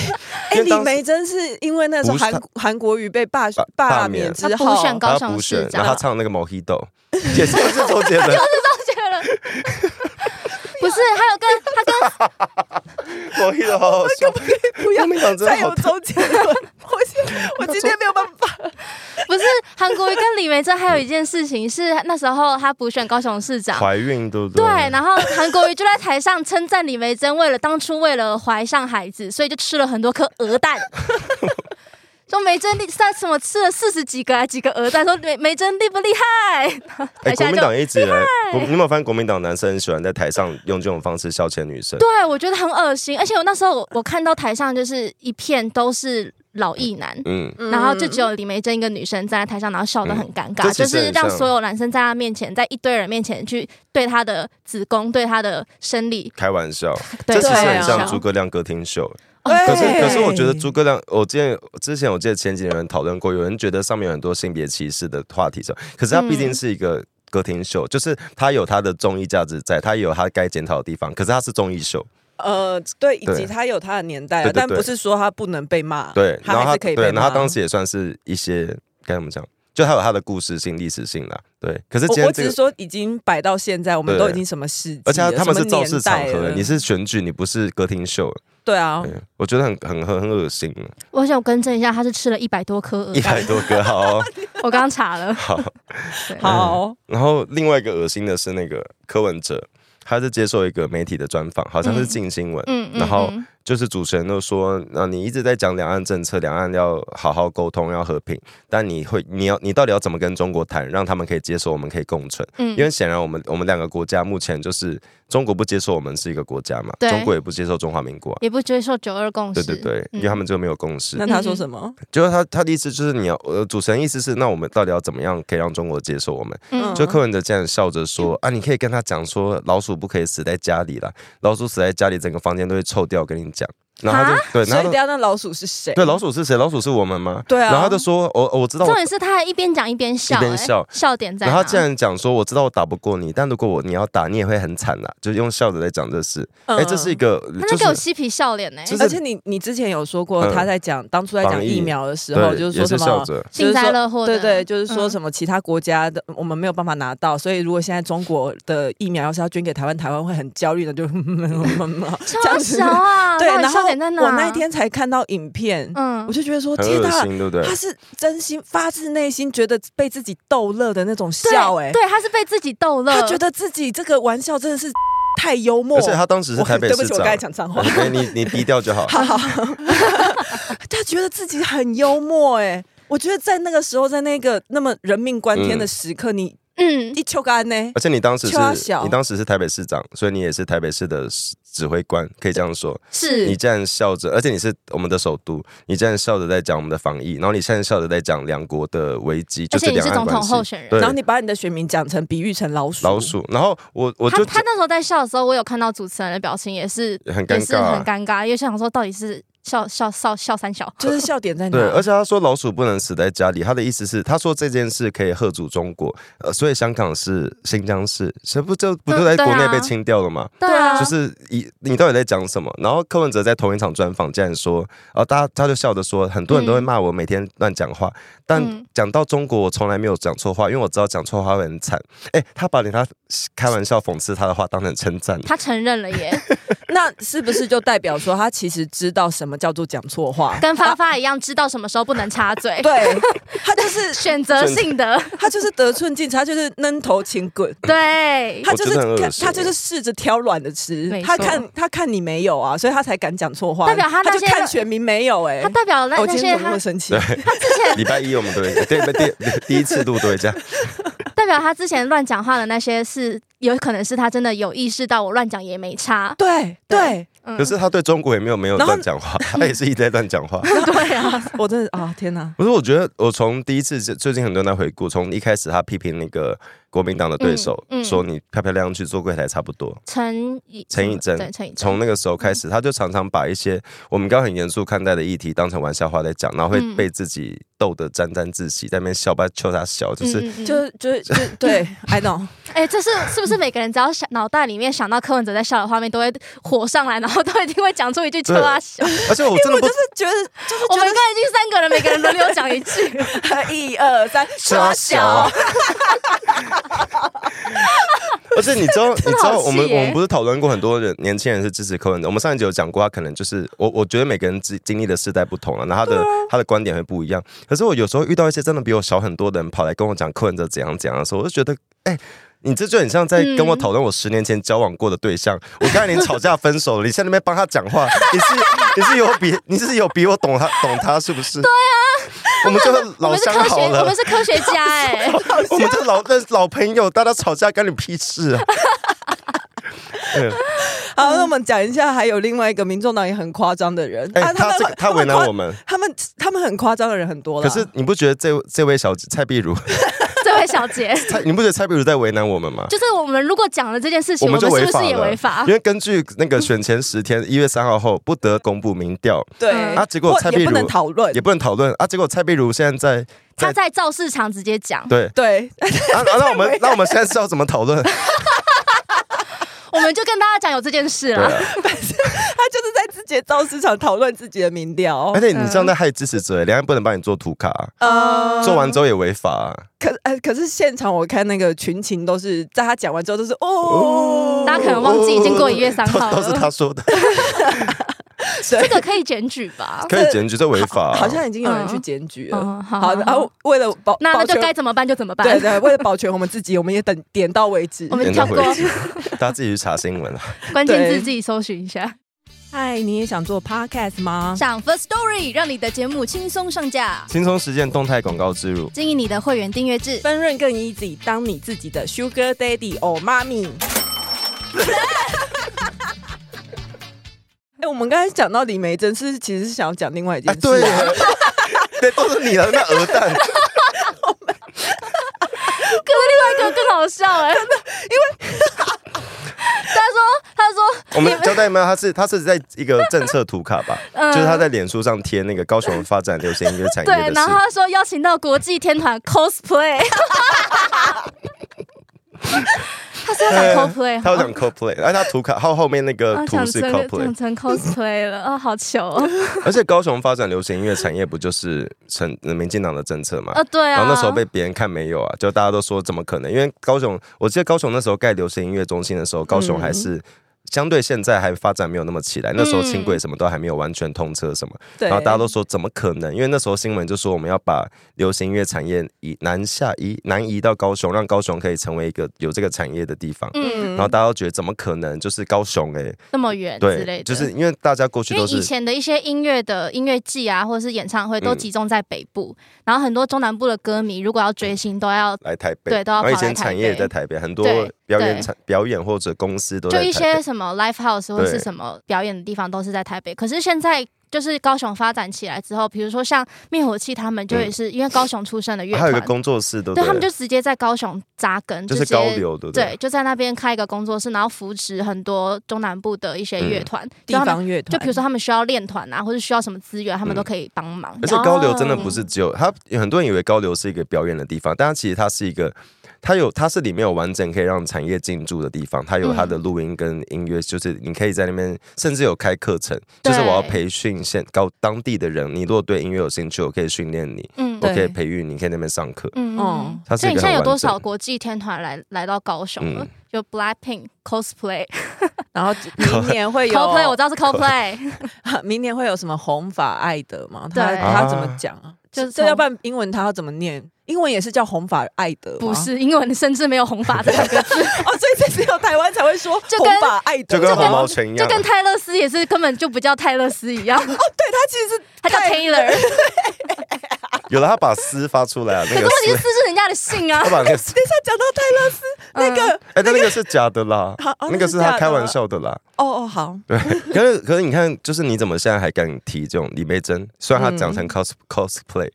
Speaker 2: 因为
Speaker 1: 李
Speaker 2: 当时
Speaker 1: 梅珍是因为那时候
Speaker 2: 不是
Speaker 1: 韩
Speaker 2: 他
Speaker 1: 韩国瑜被罢
Speaker 2: 罢
Speaker 1: 罢
Speaker 2: 免
Speaker 1: 免
Speaker 3: 他
Speaker 1: 之
Speaker 3: 补
Speaker 1: 后，
Speaker 3: 选高
Speaker 2: 她
Speaker 3: 雄
Speaker 2: 补
Speaker 3: 市
Speaker 2: 选，
Speaker 3: 长
Speaker 2: 然后她唱那个 Mojito， [LAUGHS] 也是是周杰伦， [LAUGHS]
Speaker 3: 觉得 [LAUGHS] 不是，还有跟他跟
Speaker 2: 我一直好好笑。
Speaker 1: 不要
Speaker 2: 国民党真的
Speaker 1: 再
Speaker 2: 好
Speaker 1: 有周杰伦，我
Speaker 2: [LAUGHS]
Speaker 1: 我今天没有办法。
Speaker 3: 不是韩国瑜跟李梅珍，还有一件事情是那时候他补选高雄市长，
Speaker 2: 怀孕对不对？哎
Speaker 3: 对，然后韩国瑜就在台上称赞李梅珍，为了当初为了怀上孩子，所以就吃了很多颗鹅 [LAUGHS] 蛋。说梅珍厉，在什么吃了四十几个还几个鹅蛋？说梅梅珍厉不厉害？
Speaker 2: 哎，国
Speaker 3: 台下
Speaker 2: 民
Speaker 3: 就
Speaker 2: 党一直以来，国你有没有发现国民党男生很喜欢在台上用这种方式消遣女生？
Speaker 3: 对我觉得很恶心，而且我那时候我我看到台上就是一片都是老艺男，
Speaker 2: 嗯，
Speaker 3: 然后就只有李梅珍一个女生站在台上，然后笑得很尴尬，
Speaker 2: 嗯这
Speaker 3: 就
Speaker 2: 其实很
Speaker 3: 是让
Speaker 2: 像
Speaker 3: 所有男生在她面前，在一堆人面前去对她的子宫、对她的生理，
Speaker 2: 开玩笑，
Speaker 3: 对
Speaker 2: 这其实
Speaker 1: 对
Speaker 2: 很
Speaker 1: 啊
Speaker 2: 像诸葛亮歌厅秀。
Speaker 3: 哦
Speaker 2: 可是
Speaker 1: 对
Speaker 2: 可是我觉得诸葛亮，我之前之前我记得前几年有人讨论过，有人觉得上面有很多性别歧视的话题上，可是它毕竟是一个。歌厅秀就是它有它的综艺价值在，它也有它该检讨的地方。可是它是综艺秀，
Speaker 1: [LAUGHS] 呃，对，以及
Speaker 2: 对
Speaker 1: 他有他的年代啊
Speaker 2: 对，对
Speaker 1: 但
Speaker 2: 对
Speaker 1: 不是说他不能被骂，
Speaker 2: 对，然
Speaker 1: 他
Speaker 2: 后
Speaker 1: 还
Speaker 2: 它
Speaker 1: 是可以被
Speaker 2: 对，
Speaker 1: 骂。
Speaker 2: 然后它当时也算是一些该怎么讲，就它有它的故事性、历史性啦。对，可是今
Speaker 1: 我我
Speaker 2: 天
Speaker 1: 只
Speaker 2: 这个
Speaker 1: 是说已经摆到现在，我们
Speaker 2: 对
Speaker 1: 都已经什么世纪了，
Speaker 2: 而且他他们是
Speaker 1: 什么
Speaker 2: 造
Speaker 1: 年
Speaker 2: 势场
Speaker 1: 代
Speaker 2: 合
Speaker 1: 了，
Speaker 2: 欸，你是选举，你不是歌厅秀。
Speaker 1: 对啊，
Speaker 2: 对，我觉得很很很很恶心，
Speaker 3: 我想更正一下，她是吃了一百多颗鹅
Speaker 2: 一
Speaker 3: 蛋
Speaker 2: 百，多个好哦
Speaker 3: 我刚刚查
Speaker 2: [LAUGHS]
Speaker 3: 了。
Speaker 2: 好。
Speaker 3: 对
Speaker 2: 嗯
Speaker 1: 好，哦
Speaker 2: 然后另外一个恶心的是那个柯文哲，他是接受一个媒体的专访，好像是进新闻，
Speaker 3: 嗯，嗯
Speaker 2: 然后
Speaker 3: 嗯
Speaker 2: 就是主持人都说，那你一直在讲两岸政策，两岸要好好沟通，要和平，但你会你要你到底要怎么跟中国谈，让他们可以接受，我们可以共存？
Speaker 3: 嗯
Speaker 2: 因为显然我们我们两个国家目前就是中国不接受我们是一个国家嘛，
Speaker 3: 对
Speaker 2: 中国也不接受中华民国啊、
Speaker 3: 也不嗯接受九二共
Speaker 2: 对
Speaker 3: 识，
Speaker 2: 对对，因为他们就没有共识。
Speaker 1: 那他说什么？
Speaker 2: 就是他他的意思就是你要呃，主持人意思是，那我们到底要怎么样可以让中国接受我们？
Speaker 3: 嗯
Speaker 2: 就柯文哲这样笑着说啊，你可以跟他讲说，老鼠不可以死在家里啦，老鼠死在家里，整个房间都会臭掉。我跟你讲，然后他就对，
Speaker 1: 所以
Speaker 2: 然后
Speaker 1: 等
Speaker 2: 他
Speaker 1: 下那老鼠是谁？
Speaker 2: 对老鼠是谁？老鼠是我们吗？
Speaker 1: 对啊
Speaker 2: 然后他就说，我、我知道
Speaker 3: 重
Speaker 2: 我。
Speaker 3: 点是他还一边讲一边笑、
Speaker 2: 一边
Speaker 3: 哎
Speaker 2: 笑
Speaker 3: 笑点在
Speaker 2: 然
Speaker 3: 哪？
Speaker 2: 后
Speaker 1: 啊
Speaker 2: 他竟然讲说，我知道我打不过你，但如果我你要打，你也会很惨啦。就是用笑着在讲这事，
Speaker 1: 嗯，
Speaker 2: 哎、这是一个
Speaker 3: 他
Speaker 2: 就
Speaker 3: 在给我
Speaker 2: 是
Speaker 3: 嬉皮笑脸呢、哎
Speaker 2: 就是
Speaker 1: 而且你你之前有说过，
Speaker 2: 嗯
Speaker 1: 他在讲当初在讲
Speaker 2: 防疫
Speaker 1: 疫苗的时候，
Speaker 2: 对，
Speaker 1: 哦就是
Speaker 2: 也
Speaker 1: 说
Speaker 2: 是
Speaker 1: 什
Speaker 2: 笑
Speaker 1: 么
Speaker 2: 着，
Speaker 1: 就是
Speaker 3: 幸灾
Speaker 1: 说
Speaker 3: 乐祸的，
Speaker 1: 对对，就是说
Speaker 3: 嗯
Speaker 1: 什么其他国家的我们没有办法拿到，所以如果现在中国的疫苗要是要捐给台湾，台湾会很焦虑的，就 [LAUGHS]
Speaker 3: [LAUGHS]
Speaker 1: 这
Speaker 3: 超
Speaker 1: 样子
Speaker 3: 小。啊，
Speaker 1: [LAUGHS] 对，
Speaker 3: 到底
Speaker 1: 然后
Speaker 3: 笑点在哪？
Speaker 1: 我那一，天才看到影片，
Speaker 3: 嗯
Speaker 1: 我，就觉得说
Speaker 2: 很
Speaker 1: 天
Speaker 2: 恶
Speaker 1: 呐，
Speaker 2: 心，对不对？
Speaker 1: 他是真心发自内心觉得被自己逗乐的那种笑、哎，
Speaker 3: 对，他是被自己逗乐，
Speaker 1: 他觉得自己这个玩笑真的是 [LAUGHS] 太幽默
Speaker 2: 而。且他当时是
Speaker 1: 我
Speaker 2: 台
Speaker 1: 很
Speaker 2: 北
Speaker 1: 对不
Speaker 2: 市
Speaker 1: 起，我
Speaker 2: 长
Speaker 1: 刚，才讲脏话。
Speaker 2: 哎你你低调就好。
Speaker 1: 好
Speaker 3: [LAUGHS]
Speaker 1: 好，他觉得自己很幽默哎、我觉得在那个时候，在那个那么人命关天的时刻，你
Speaker 3: 嗯，
Speaker 1: 一秋干呢？
Speaker 2: 而且你当时是
Speaker 1: 邱阿小
Speaker 2: 你当时是台北市长，所以你也是台北市的指挥官，可以这样说。
Speaker 3: 是
Speaker 2: 你这样笑着，而且你是我们的首都，你这样笑着在讲我们的防疫，然后你现在笑着在讲两国的危机，就
Speaker 3: 而且你
Speaker 2: 两
Speaker 3: 是
Speaker 2: 岸
Speaker 3: 总统
Speaker 2: 关
Speaker 3: 候
Speaker 2: 系。
Speaker 3: 选人。
Speaker 2: 对
Speaker 1: 然后你把你的选民讲成比喻成老鼠，
Speaker 2: 老鼠，然后我我
Speaker 3: 他
Speaker 2: 就
Speaker 3: 他那时候在笑的时候，我有看到主持人的表情，也是
Speaker 2: 很
Speaker 3: 也
Speaker 2: 尴
Speaker 3: 是
Speaker 2: 尬
Speaker 3: 很
Speaker 2: 啊。
Speaker 3: 尴尬，因为想说到底是笑笑笑笑三笑，
Speaker 1: 就是笑点在哪？
Speaker 2: 对，而且他说老鼠不能死在家里，他的意思是，他说这件事可以吓阻中国，呃，所以香港是新疆市，这不就不就
Speaker 3: 嗯
Speaker 2: 在
Speaker 3: 对
Speaker 2: 国内
Speaker 3: 啊
Speaker 2: 被清掉了吗？
Speaker 3: 对
Speaker 1: 啊
Speaker 2: 就是你你到底在讲什么？然后柯文哲在同一场专访竟然说，啊，大家他就笑着说，很多人都会骂我每天乱讲话，但
Speaker 3: 嗯
Speaker 2: 讲到中国，我从来没有讲错话，因为我知道讲错话会很惨。哎，他把他开玩笑讽刺他的话当成称赞， [LAUGHS]
Speaker 3: 他承认了耶，
Speaker 1: 那是不是就代表说他其实知道什么叫做讲错话？
Speaker 3: 跟发发一样，知道什么时候不能插嘴，
Speaker 1: 对，他就是
Speaker 3: 选择性的，
Speaker 2: [LAUGHS]
Speaker 1: 他就是得寸进尺，他就是扔头请滚。
Speaker 3: 对，
Speaker 1: 他就
Speaker 2: 我
Speaker 1: 是
Speaker 2: 真的很恶
Speaker 1: 看
Speaker 2: 心
Speaker 1: 他就是试着挑软的吃
Speaker 3: 没，错
Speaker 1: 他看他看你没有啊，所以他才敢讲错话。
Speaker 3: 代表他那
Speaker 1: 就
Speaker 3: 些
Speaker 1: 看选民没有哎、
Speaker 3: 他代表了
Speaker 1: 哦我
Speaker 3: 那
Speaker 1: 今
Speaker 3: 些
Speaker 1: 天怎么
Speaker 3: 他
Speaker 1: 那么生气？
Speaker 2: 礼拜一我们都会对对对第一次录都会这样，
Speaker 3: 代表他之前乱讲话的那些是有可能是他真的有意识到我乱讲也没差，
Speaker 1: 对对，
Speaker 3: 嗯
Speaker 2: 可是他对中国也没有没有
Speaker 1: 然后
Speaker 2: 乱讲话，他也是一直在乱讲
Speaker 1: [LAUGHS]
Speaker 2: 话。
Speaker 3: 对啊，
Speaker 1: 我真的啊、天哪！
Speaker 2: 不是，我觉得我从第一次最近很多人在回顾，从一开始他批评那个国民党的对手，
Speaker 3: 嗯嗯
Speaker 2: 说你漂漂亮亮去做柜台差不多，
Speaker 3: 陈以
Speaker 2: 陈以真
Speaker 3: 对陈以真
Speaker 2: 从那个时候开始，他就常常把一些我们刚刚很严肃看待的议题当成玩笑话在讲，然后会
Speaker 3: 嗯
Speaker 2: 被自己逗得沾沾自喜，在那边笑吧求他笑，就
Speaker 3: 嗯
Speaker 2: 是
Speaker 3: 嗯嗯
Speaker 1: 就就就 [LAUGHS] 对，I know。
Speaker 3: 哎、这是是不是每个人只要想脑袋里面想到柯文哲在笑的画面，都会火上来，然后都一定会讲出一句“秋
Speaker 1: [LAUGHS]
Speaker 3: 啊笑
Speaker 2: 而且我真的
Speaker 1: 我
Speaker 2: 不
Speaker 1: 就是觉得，就是”。呃
Speaker 3: 我
Speaker 1: 觉
Speaker 3: 们
Speaker 1: 得
Speaker 3: 刚已经三个人，每
Speaker 1: [LAUGHS]
Speaker 3: 个 [LAUGHS] 人轮流讲一句，
Speaker 1: 啊
Speaker 2: [LAUGHS]
Speaker 1: 一二三，
Speaker 2: 抓
Speaker 1: 小，
Speaker 2: 且你知
Speaker 3: [LAUGHS]
Speaker 2: 道，你
Speaker 3: 的
Speaker 2: 知道，
Speaker 3: 好
Speaker 2: 我们
Speaker 3: 气耶
Speaker 2: 我们不是讨论过很多人年轻人是支持柯文的。我们上一集有讲过，他可能就是我，我觉得每个人经经历的世代不同了，然后他
Speaker 3: 啊
Speaker 2: 的、他的观点会不一样。可是我有时候遇到一些真的比我小很多的人跑来跟我讲柯文哲怎样怎样的时候，我就觉得，哎、你这就很像
Speaker 3: 嗯
Speaker 2: 在跟我讨论我十年前交往过的对象，我刚才连吵架分手了，你现在那边帮他讲话，你是 [LAUGHS] 你是有比你是有比我懂他懂他是不是？对啊，我们就是
Speaker 3: 我
Speaker 2: 老
Speaker 3: 们是
Speaker 2: 相
Speaker 3: 科学，
Speaker 2: 好
Speaker 3: 我
Speaker 2: 了
Speaker 3: 们，是科学家哎、
Speaker 2: 我们这老认老朋友，大家吵架干你屁事
Speaker 3: [LAUGHS]
Speaker 2: 啊！嗯，
Speaker 1: 好，那我们讲一下，还有另外一个民众党也很夸张的人，
Speaker 2: 哎、
Speaker 1: 啊
Speaker 2: 他这个他为难我，们，
Speaker 1: 他们夸他们他们很夸张的人很多了。
Speaker 2: 可是你不觉得这这位小姐蔡碧如， [LAUGHS]
Speaker 3: 这位小姐，
Speaker 2: 蔡你不觉得蔡碧如在为难我们
Speaker 3: [LAUGHS]
Speaker 2: 吗？
Speaker 3: 就是我们如果讲了这件事情，我
Speaker 2: 们
Speaker 3: 们
Speaker 2: 就违
Speaker 3: 是不
Speaker 2: 法
Speaker 3: 是也
Speaker 2: 了，
Speaker 3: 违法
Speaker 2: 因？为根据那个选前十
Speaker 3: [LAUGHS]
Speaker 2: 天，一月三号后不得公布民调，
Speaker 1: 对，
Speaker 3: 嗯
Speaker 2: 啊结果
Speaker 1: 或
Speaker 2: 蔡壁
Speaker 1: 也不
Speaker 2: 如
Speaker 1: 能讨论
Speaker 2: 也，不能讨论啊。结果蔡碧如现在在
Speaker 3: 她在造市场直接讲，
Speaker 2: 对
Speaker 1: 对， [LAUGHS]
Speaker 2: 啊，啊
Speaker 3: [LAUGHS]
Speaker 2: 那我们那我们现在是要怎么讨论？
Speaker 3: 我们就跟大家讲有这件事
Speaker 2: 对
Speaker 3: 了。
Speaker 2: 啊，
Speaker 1: 他就是在自己的造市场讨论自己的民调
Speaker 2: 而。且你这样在害支持者，人家不能帮你做图卡啊，
Speaker 1: 呃，
Speaker 2: 做完之后也违法啊。
Speaker 1: 可呃，可是现场我看那个群情都是在他讲完之后都是哦，
Speaker 3: 大家可能忘记已经过1月3号了
Speaker 2: 哦都都是他说
Speaker 3: 嗯
Speaker 2: 的，
Speaker 1: 对
Speaker 3: 这个可以检举吧？
Speaker 2: 可以检举，这违法啊。
Speaker 1: 好像已经有人去检举了。
Speaker 3: 嗯，好
Speaker 1: 好，然后为了保
Speaker 3: 那
Speaker 1: 保
Speaker 3: 那就
Speaker 1: 全，
Speaker 3: 该怎么办就怎么办。
Speaker 1: 对对，为了保全我们自己， [LAUGHS] 我们也等点到为止
Speaker 3: 我。们
Speaker 2: 点
Speaker 3: 跳
Speaker 2: 到
Speaker 3: 过
Speaker 2: 为止，大家自己去查新闻啊。
Speaker 3: 关键
Speaker 1: 对
Speaker 3: 字自己搜寻一下。
Speaker 1: 嗨，你也想做 podcast 吗？
Speaker 3: 上 First Story，让你的节目轻松上架，
Speaker 2: 轻松实践动态广告植入，
Speaker 3: 经营你的会员订阅 [LAUGHS] 制。
Speaker 1: 分润更 easy，当你自己的 sugar daddy or mommy。哎、我们刚才讲到李梅珍是其实是想要讲另外一件
Speaker 2: 哎，
Speaker 1: 事，
Speaker 2: 对
Speaker 3: 啊
Speaker 2: 耶，对，都是你的啊那鹅蛋，
Speaker 3: 可是另外一个更好笑 [LAUGHS] 哎、真的，因为 [LAUGHS] 他说
Speaker 2: 我们交代没有？他是他是在一个政策图卡吧，
Speaker 3: 嗯
Speaker 2: 就是他在脸书上贴那个高雄发展流行音乐产
Speaker 3: 他说
Speaker 2: 业
Speaker 3: 对，
Speaker 2: 哎的
Speaker 3: 然后
Speaker 2: 事，
Speaker 3: 他说邀请到国际天团 cosplay，他是要讲 cosplay，
Speaker 2: 呃他有讲 cosplay，而且他图卡后后面那个
Speaker 3: 啊
Speaker 2: 图
Speaker 3: 讲
Speaker 2: 是
Speaker 3: 成讲
Speaker 2: cosplay，
Speaker 3: 成 cosplay 了啊，好
Speaker 2: [LAUGHS]
Speaker 3: 糗哦！
Speaker 2: 而且高雄发展流行音乐产业不就是成民进党的政策嘛？
Speaker 3: 啊，对啊，
Speaker 2: 然后那时候被别人看没有啊，就大家都说怎么可能？因为高雄，我记得高雄那时候盖流行音乐中心的时候，高雄还
Speaker 3: 嗯
Speaker 2: 是。相对现在还发展没有那么起来，那时候轻
Speaker 3: 嗯
Speaker 2: 轨什么都还没有完全通车什么，
Speaker 1: 对，
Speaker 2: 然后大家都说怎么可能？因为那时候新闻就说我们要把流行音乐产业移南下移南移到高雄，让高雄可以成为一个有这个产业的地方。
Speaker 3: 嗯
Speaker 2: 然后大家都觉得怎么可能？就是高雄哎、欸，
Speaker 3: 那么远之类
Speaker 2: 对，
Speaker 3: 的，
Speaker 2: 就是因为大家过去
Speaker 3: 因为
Speaker 2: 都
Speaker 3: 以
Speaker 2: 是
Speaker 3: 前的一些音乐的音乐季啊，或者是演唱会都
Speaker 2: 嗯
Speaker 3: 集中在北部，然后很多中南部的歌迷如果要追星，都要
Speaker 2: 来台北，
Speaker 3: 对都要
Speaker 2: 然后以
Speaker 3: 跑来
Speaker 2: 前
Speaker 3: 台
Speaker 2: 产业也
Speaker 3: 北
Speaker 2: 在台北，很多
Speaker 3: 对
Speaker 2: 表演
Speaker 3: 对
Speaker 2: 产表演或者公司都在
Speaker 3: 就
Speaker 2: 台
Speaker 3: 一
Speaker 2: 北
Speaker 3: 些什么 live house 或
Speaker 2: 对
Speaker 3: 是什么表演的地方都是在台北，可是现在。就是高雄发展起来之后，比如说像灭火器，他们就也是、因为高雄出生的乐
Speaker 2: 啊还有一个
Speaker 3: 团，
Speaker 2: 工作室，对不
Speaker 3: 对他们就直接在高雄扎根，
Speaker 2: 就
Speaker 3: 直
Speaker 2: 是
Speaker 3: 接
Speaker 2: 高流，对不
Speaker 3: 对，？就在那边开一个工作室，然后扶持很多中南部的一些
Speaker 2: 嗯
Speaker 3: 乐团，
Speaker 1: 地
Speaker 3: 就他们
Speaker 1: 方乐团，
Speaker 3: 就比如说他们需要练团啊，或者需要什么资源，他们
Speaker 2: 嗯
Speaker 3: 都可以帮忙。
Speaker 2: 而且高流真的
Speaker 3: 哦
Speaker 2: 不是只有他，很多人以为高流是一个表演的地方，但它其实它是一个，它有它是里面有完整可以让产业进驻的地方，它有它的录音跟音乐，就是你可以在那边，甚至有开课程，就是我要
Speaker 3: 对
Speaker 2: 培训现高当地的人，你如果对音乐有兴趣，我可以训练你，
Speaker 3: 嗯
Speaker 2: 我
Speaker 1: 对
Speaker 2: 可以培育你，可以在那边上课。
Speaker 3: 嗯
Speaker 1: 哦
Speaker 2: 它是
Speaker 3: 所
Speaker 2: 一
Speaker 3: 以
Speaker 2: 个
Speaker 3: 你现在
Speaker 2: 很
Speaker 3: 有
Speaker 2: 完
Speaker 3: 多少啊
Speaker 2: 整
Speaker 3: 国际天团来来到高雄了？
Speaker 2: 嗯
Speaker 3: 有 Blackpink cosplay
Speaker 1: 然
Speaker 3: [LAUGHS]
Speaker 1: 后明年会有
Speaker 3: cosplay，我知
Speaker 2: [LAUGHS]
Speaker 3: 道是 cosplay，
Speaker 2: 啊
Speaker 1: [LAUGHS] 明年会有什么红发爱德吗？
Speaker 3: 对
Speaker 1: 他他怎么讲啊？
Speaker 3: 就
Speaker 1: 就是是
Speaker 3: 从
Speaker 1: 这要不然英文他要怎么念？英文也是叫红发爱德吗
Speaker 3: 不是英文，甚至没有红发这两个字，
Speaker 1: 哦，所以这只有台湾才会说
Speaker 3: 就
Speaker 1: 红
Speaker 3: 跟
Speaker 1: 发爱德
Speaker 2: 就
Speaker 1: 吗，
Speaker 2: 跟红毛 [LAUGHS] 犬一
Speaker 3: 就
Speaker 2: 样，啊
Speaker 3: 跟泰勒斯也是根本就不叫泰勒斯一样，
Speaker 1: 对他其实是
Speaker 3: 他叫 Taylor，可
Speaker 2: 有了他把丝发出来啊，那
Speaker 3: [LAUGHS] 是
Speaker 2: 个
Speaker 3: 问题是
Speaker 2: 丝，
Speaker 3: 斯是人家的姓啊
Speaker 2: 他，把那个丝，
Speaker 1: 等一下讲到泰勒斯
Speaker 3: 嗯
Speaker 1: 那个
Speaker 2: 哎， [LAUGHS] 但那个是假的啦
Speaker 1: [LAUGHS] 好哦，
Speaker 2: 那个是
Speaker 1: 那是假
Speaker 2: 他
Speaker 1: 的
Speaker 2: 开玩笑的啦。
Speaker 1: 哦哦好，
Speaker 2: 对， [LAUGHS] 可是可是你看，就是你怎么现在还敢提这种李梅珍？虽然他讲
Speaker 1: 嗯
Speaker 2: 成 cos、cosplay，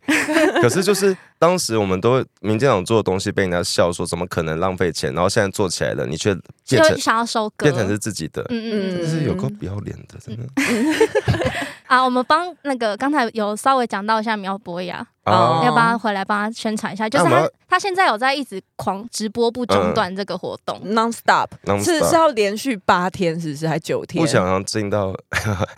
Speaker 2: 可是就是当时我们都会民进党做的东西被人家笑说怎么可能浪费钱，然后现在做起来了，你却变
Speaker 3: 就
Speaker 2: 成
Speaker 3: 想要收割
Speaker 2: 变。成是自己的，
Speaker 3: 嗯嗯嗯
Speaker 1: 嗯
Speaker 2: 就是有够不要脸的，真的。
Speaker 3: 啊，我们帮那个刚才有稍微讲到一下苗博雅，
Speaker 2: 啊
Speaker 1: 哦
Speaker 3: 要帮他回来帮他宣传一下，就
Speaker 2: 那我
Speaker 3: 是
Speaker 2: 们
Speaker 3: 他
Speaker 2: 要
Speaker 3: 他现在有在一直狂直播不中
Speaker 2: 嗯
Speaker 3: 断这个活动，
Speaker 1: non stop
Speaker 2: Non-stop
Speaker 1: 是是要连续八天是不是还九天？
Speaker 2: 不想要进到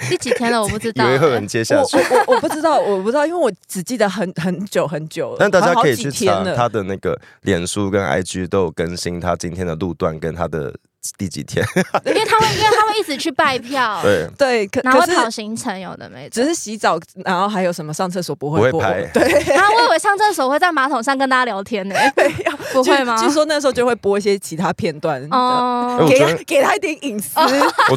Speaker 3: 第几天了我不知
Speaker 2: 以
Speaker 3: 道欸，
Speaker 2: 为会有人接
Speaker 1: 我
Speaker 2: 下去，
Speaker 1: 我我我不知道，我不知道，因为我只记得很很久很久了。
Speaker 2: 但但大家可以去
Speaker 1: 好几天
Speaker 2: 查
Speaker 1: 了
Speaker 2: 他的那个脸书跟 IG 都有更新他今天的路段跟他的第几天。
Speaker 3: 因为他会，因为他会一直去
Speaker 2: [LAUGHS]
Speaker 3: 拜票，
Speaker 2: 对，
Speaker 1: 对，可
Speaker 3: 然后
Speaker 1: 可
Speaker 3: 会跑
Speaker 1: 是
Speaker 3: 行程，有的没的
Speaker 1: 只。是洗澡，然后还有什么上厕所不
Speaker 2: 不会
Speaker 1: 会播
Speaker 2: 拍
Speaker 1: 对，
Speaker 3: 然后我以为上厕所会在马桶上跟大家聊天
Speaker 1: [LAUGHS]
Speaker 3: 呢、不会吗？
Speaker 1: 据据说嗯啊那时候就会播一些其他片段，
Speaker 2: 哎
Speaker 3: 哦
Speaker 2: 我，
Speaker 1: 给
Speaker 2: 觉
Speaker 1: 他
Speaker 2: 得
Speaker 1: 给他一点隐私。
Speaker 2: 我